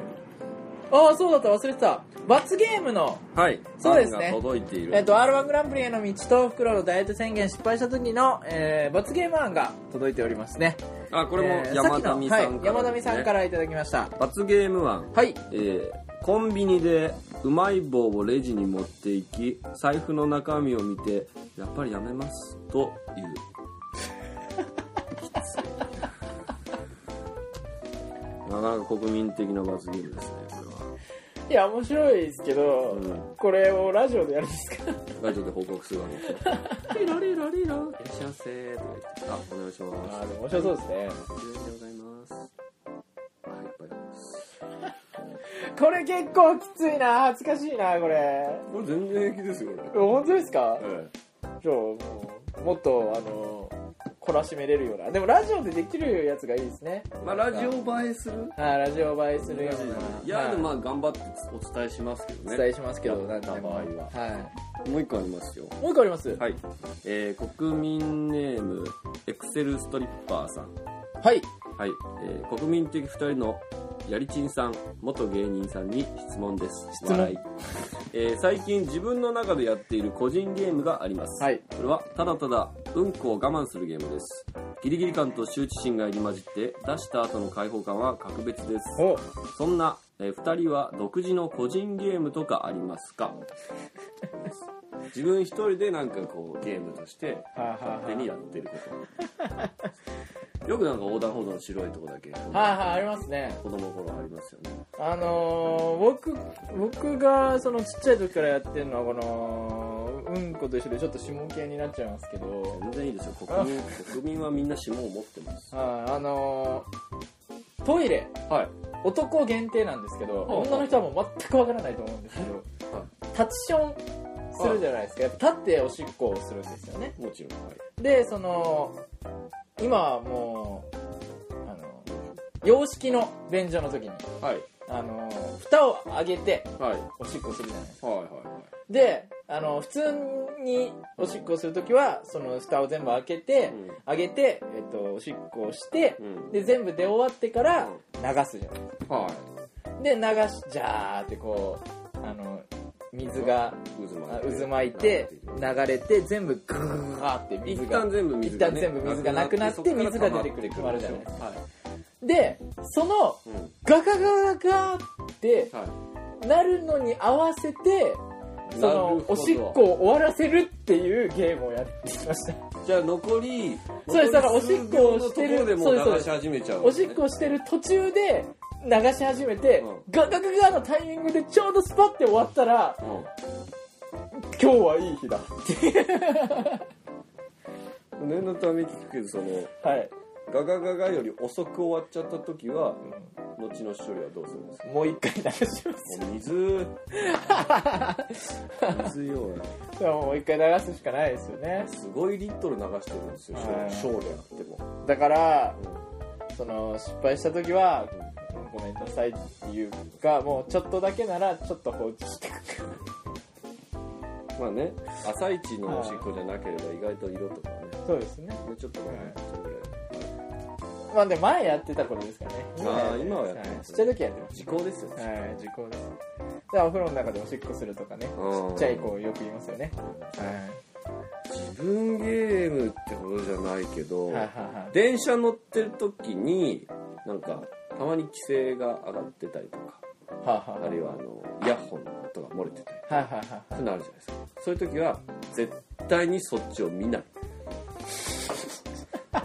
S1: ああ、そうだった、忘れてた。罰ゲームの
S2: はい
S1: そうですね
S2: 番が届いている
S1: えっと、R1 グランプリへの道と袋のダイエット宣言失敗した時の、えー罰ゲーム案が届いておりますね。
S2: あこれも
S1: えー
S2: 山
S1: さっきの
S2: 上さん
S1: はい、
S2: から
S1: 山
S2: で
S1: 上
S2: すね
S1: さんからいただきました。
S2: 罰ゲーム案
S1: はい。
S2: えーコンビニでうまい棒をレジに持っていき財布の中身を見てやっぱりやめますと言う きついなかなか国民的な罰ゲームですねこ
S1: いや、面白いですけど、
S2: うん
S1: これをラジオでやるんですか
S2: れはラジオで報告するわけですよリラリラリラいらっしゃいませーとか言ってあお願いします
S1: ああ、でも面白そうですね。
S2: 10円でございますあいっぱいあります
S1: これ結構きついな、恥ずかしいな、これ。
S2: これ全然平気ですよ
S1: え本当ですか
S2: これ
S1: じゃあ、もう、もっと、あの、懲らしめれるような。でもラジオでできるやつがいいですね。
S2: まあラジオ映えする
S1: あーラジオ映えするような。
S2: いや、でもま
S1: は
S2: あ頑張ってお伝えしますけど
S1: い
S2: ね。
S1: お伝えしますけど、
S2: や
S1: な
S2: っ
S1: んで
S2: た場合
S1: も。
S2: は
S1: はい。
S2: もう一個ありますよ。
S1: もう一個あります。
S2: はい。えー、国民ネーム、エクセルストリッパーさん。
S1: はい。
S2: はい。えー、国民的二人のやりちんさん、元芸人さんに質問です。
S1: 質問
S2: 笑い。えー、最近自分の中でやっている個人ゲームがあります。
S1: はい。
S2: これはただただうんこを我慢するゲームです。ギリギリ感と羞恥心が入り混じって出した後の解放感は格別です。
S1: お
S2: そんな、えー二人は独自の個人ゲームとかあります か自分一人でなんかこうゲームとして
S1: はあはあはあ
S2: 勝手にやってることよくなんか横断歩道の白いとこだけ子
S1: はいはい、ありますね。
S2: 供の頃ありますよね
S1: あのー、僕、僕がそのちっちゃい時からやってるのは、この、うんこと一緒でちょっと指紋系になっちゃいますけど、
S2: 全然いいですよ国民国民はみんな指紋を持ってます
S1: はい、あのー、トイレ、
S2: はい
S1: 男限定なんですけど、
S2: はい
S1: 女の人はもう全くわからないと思うんですけど、タッチションするじゃないですか。やっぱ立っておしっこをするんですよね。
S2: もちろんはい
S1: で、その、今はもう、あの、洋式の便所の時に、
S2: はい
S1: あのー、蓋を上げて
S2: はいはい
S1: おしっこするじゃないですか。
S2: はい
S1: であの普通におしっこをするときはその蓋を全部開けて、
S2: うん
S1: 上げて、えっと、おしっこをして、
S2: うん
S1: で全部出終わってから
S2: うん
S1: 流すじゃない
S2: はい
S1: で流しじゃーってこうあの水が
S2: 渦
S1: あ
S2: 巻いて
S1: 渦巻いて流れて全部グーーって
S2: 一
S1: 水が
S2: 旦全部水が、ね、
S1: 一旦全部水がなくなって水が出てくる困るじゃないです
S2: かはい、
S1: でその
S2: うん
S1: ガガガガガーって
S2: はい
S1: なるのに合わせてそ
S2: なるほ
S1: の
S2: ど
S1: おしっこを終わらせるっていうゲームをやってきました
S2: じゃあ残り
S1: そうですだから
S2: 残り数
S1: おしっこをしてる
S2: 秒のところでもう流し始めちゃう
S1: おしっこをしてる途中で流し始めて、
S2: うん
S1: ガガガガのタイミングでちょうどスパッて終わったら
S2: うん
S1: 今日はいい日だ
S2: 念のため聞くけどその
S1: はい、
S2: ガガガガより遅く終わっちゃった時は後の処理はどうするんですか
S1: もう一回流します
S2: もう水水よ
S1: でももう一回流すしかないですよね
S2: すごいリットル流してるんですよ
S1: はい
S2: ショーであっても
S1: だからその失敗した時は「ごめんなさい」っていうかもうちょっとだけならちょっと放置して
S2: まあね朝一のおしっこじゃなければ意外と色とかね
S1: そうですね
S2: もうちょっと前にそれぐらい
S1: まあで前やってた頃ですからね
S2: あー今はやってない
S1: いちっちゃい時はやってまし
S2: 時効ですよ
S1: たはい時効ですだからお風呂の中でおしっこするとかね
S2: うん
S1: ちっちゃい子よく言いますよねは
S2: 自分ゲームってほどじゃないけど、
S1: いはいはいはい
S2: 電車乗ってる時になんかたまに規制が上がってたりとか
S1: はあはあ
S2: あるいはあのイヤホンの音が漏れてたり
S1: はいはいはい
S2: そういうのあるじゃないですかそういう時は絶対にそっちを見ない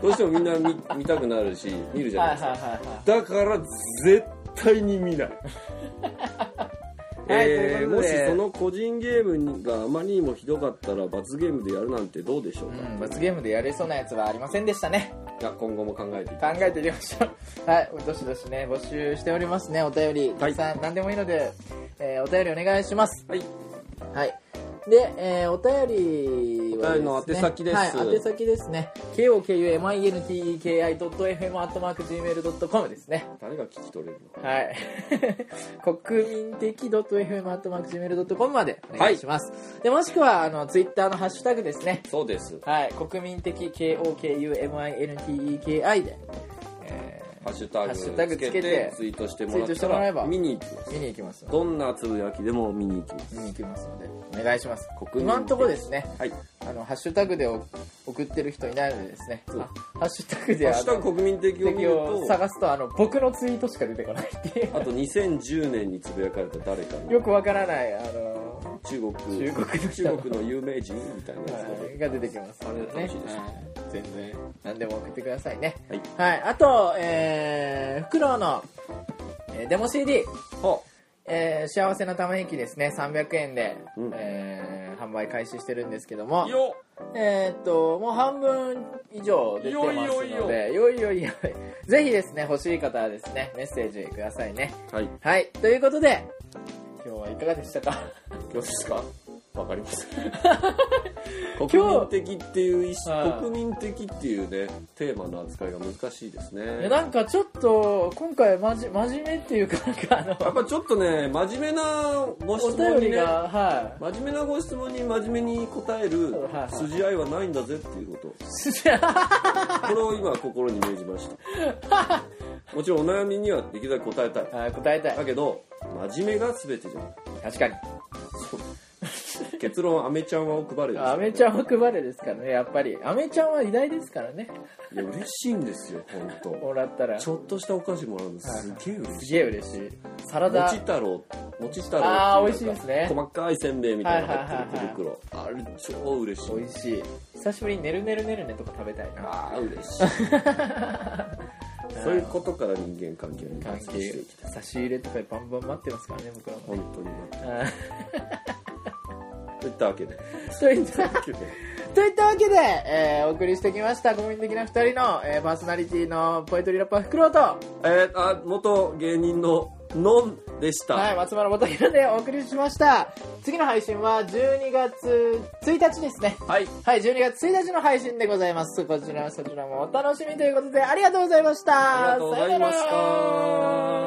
S2: どうしてもみんな見見たくなるし見るじゃ
S1: は
S2: ない
S1: い
S2: です
S1: はい
S2: か
S1: はいはい
S2: だから絶対 に見ない、えー
S1: ということ
S2: もし
S1: で
S2: その個人ゲームがあまりにもひどかったら罰ゲームでやるなんてどうでしょうか、
S1: うん、罰ゲームでやれそうなやつはありませんでしたね
S2: いや今後も考えていき
S1: 考
S2: ます
S1: えていきましょ うはいどしどしね募集しておりますねお便りたくさん何でもいいので、えーお便りお願いします
S2: はい
S1: はいで、えーお便りは
S2: お便りの宛先です
S1: はい、宛先ですね kokuminteki.fm.gmail.com ですね
S2: 誰が聞き取れるの
S1: はい 国民的 .fm.gmail.com までお願いします、でもしくはあのツイッターのハッシュタグですね
S2: そうです
S1: はい、国民的 KOKUMINTEKI で、え
S2: ハッシュタ
S1: ハッシュタ
S2: グ
S1: グつ
S2: つ
S1: け
S2: け
S1: て
S2: てツイートしてもらっ
S1: ツイートして
S2: た
S1: もらえ
S2: ら
S1: ば
S2: 見に行きます
S1: ー、見に行きますので
S2: どんなつぶやきでも見に行きます
S1: 見に行きますのでお願いします
S2: 国民的
S1: 今のところですね
S2: はい
S1: あのハッシュタグでお送ってる人いないのでですね
S2: そう
S1: あハッシュタグで
S2: ハッ
S1: あ
S2: シュタ
S1: の
S2: グ国民的を見
S1: 敵
S2: る
S1: を
S2: と
S1: 探すとあの僕のツイートしか出てこないっていう
S2: あと2010年につぶやかれた誰かの
S1: よくわからないあの、
S2: 中国
S1: 中国の人
S2: 中国の有名人みたいなやつが
S1: は
S2: 出
S1: い
S2: て
S1: が出てきますの
S2: あれ楽しいですね
S1: はい全然何でも送ってくださいね
S2: はい
S1: はい、あと、えー、フクロウの、えーデモ CD
S2: は
S1: えー幸せな玉ねぎですね300円で、
S2: うん
S1: えー販売開始してるんですけども
S2: よ
S1: えーっともう半分以上出てますの
S2: よい
S1: でよいよいよいぜひですね欲しい方はですねメッセージくださいね
S2: はい
S1: はいということで今日はいかがでしたか
S2: 今日ですかわかり ます
S1: 日
S2: 国民的っていう意識
S1: はい
S2: 国民的っていうねテーマの扱いが難しいですね
S1: いやなんかちょっと今回まじ真面目っていうかなんかあ
S2: や
S1: の
S2: っぱちょっとね真面目なご
S1: お
S2: 質問
S1: 便
S2: に
S1: り
S2: ね
S1: が、はい
S2: 真面目なご質問に真面目に答える
S1: はいはい
S2: 筋合いはないんだぜっ ていうことこれを今心に銘じましたもちろんお悩みにはできるだけ答えたい
S1: はい答えたい
S2: だけど真面目が全てじゃない
S1: 確かに
S2: 結論アメちゃんはを配れです
S1: アメちゃんは配れですからねやっぱりアメちゃんは偉大ですからね
S2: いや嬉しいんですよ本当
S1: もらったら
S2: ちょっとしたお菓子もらうのすげえ嬉
S1: す
S2: しい
S1: げえ嬉しいサラダ
S2: もち太郎もち太郎
S1: あー
S2: ってう
S1: 美味しいですね
S2: 細かいせんべいみたいなのが入ってる手
S1: は
S2: 袋あれ超嬉しい
S1: 美味しい久しぶりに「ねるねるねるね」とか食べたいな
S2: ああ嬉しい そういうことから人間関係に
S1: 関
S2: 関係し
S1: 係
S2: ていきたい
S1: 差し入れとかバンバン待ってますからね僕らもね
S2: 本当にね
S1: あ
S2: といったわけで
S1: ー といったといったわけで、えーお送りしてきました国民的な2人の、えーパーソナリティのポエトリーラッパーフクロウと、は
S2: えー、あ元芸人ののんでした、
S1: い、松原元宏でお送りしました次の配信は12月1日ですね
S2: はい
S1: はい、12月1日の配信でございます。こちら、そちらもお楽しみということで、ありがとうございました。
S2: ありがとうございまし
S1: さよなら
S2: た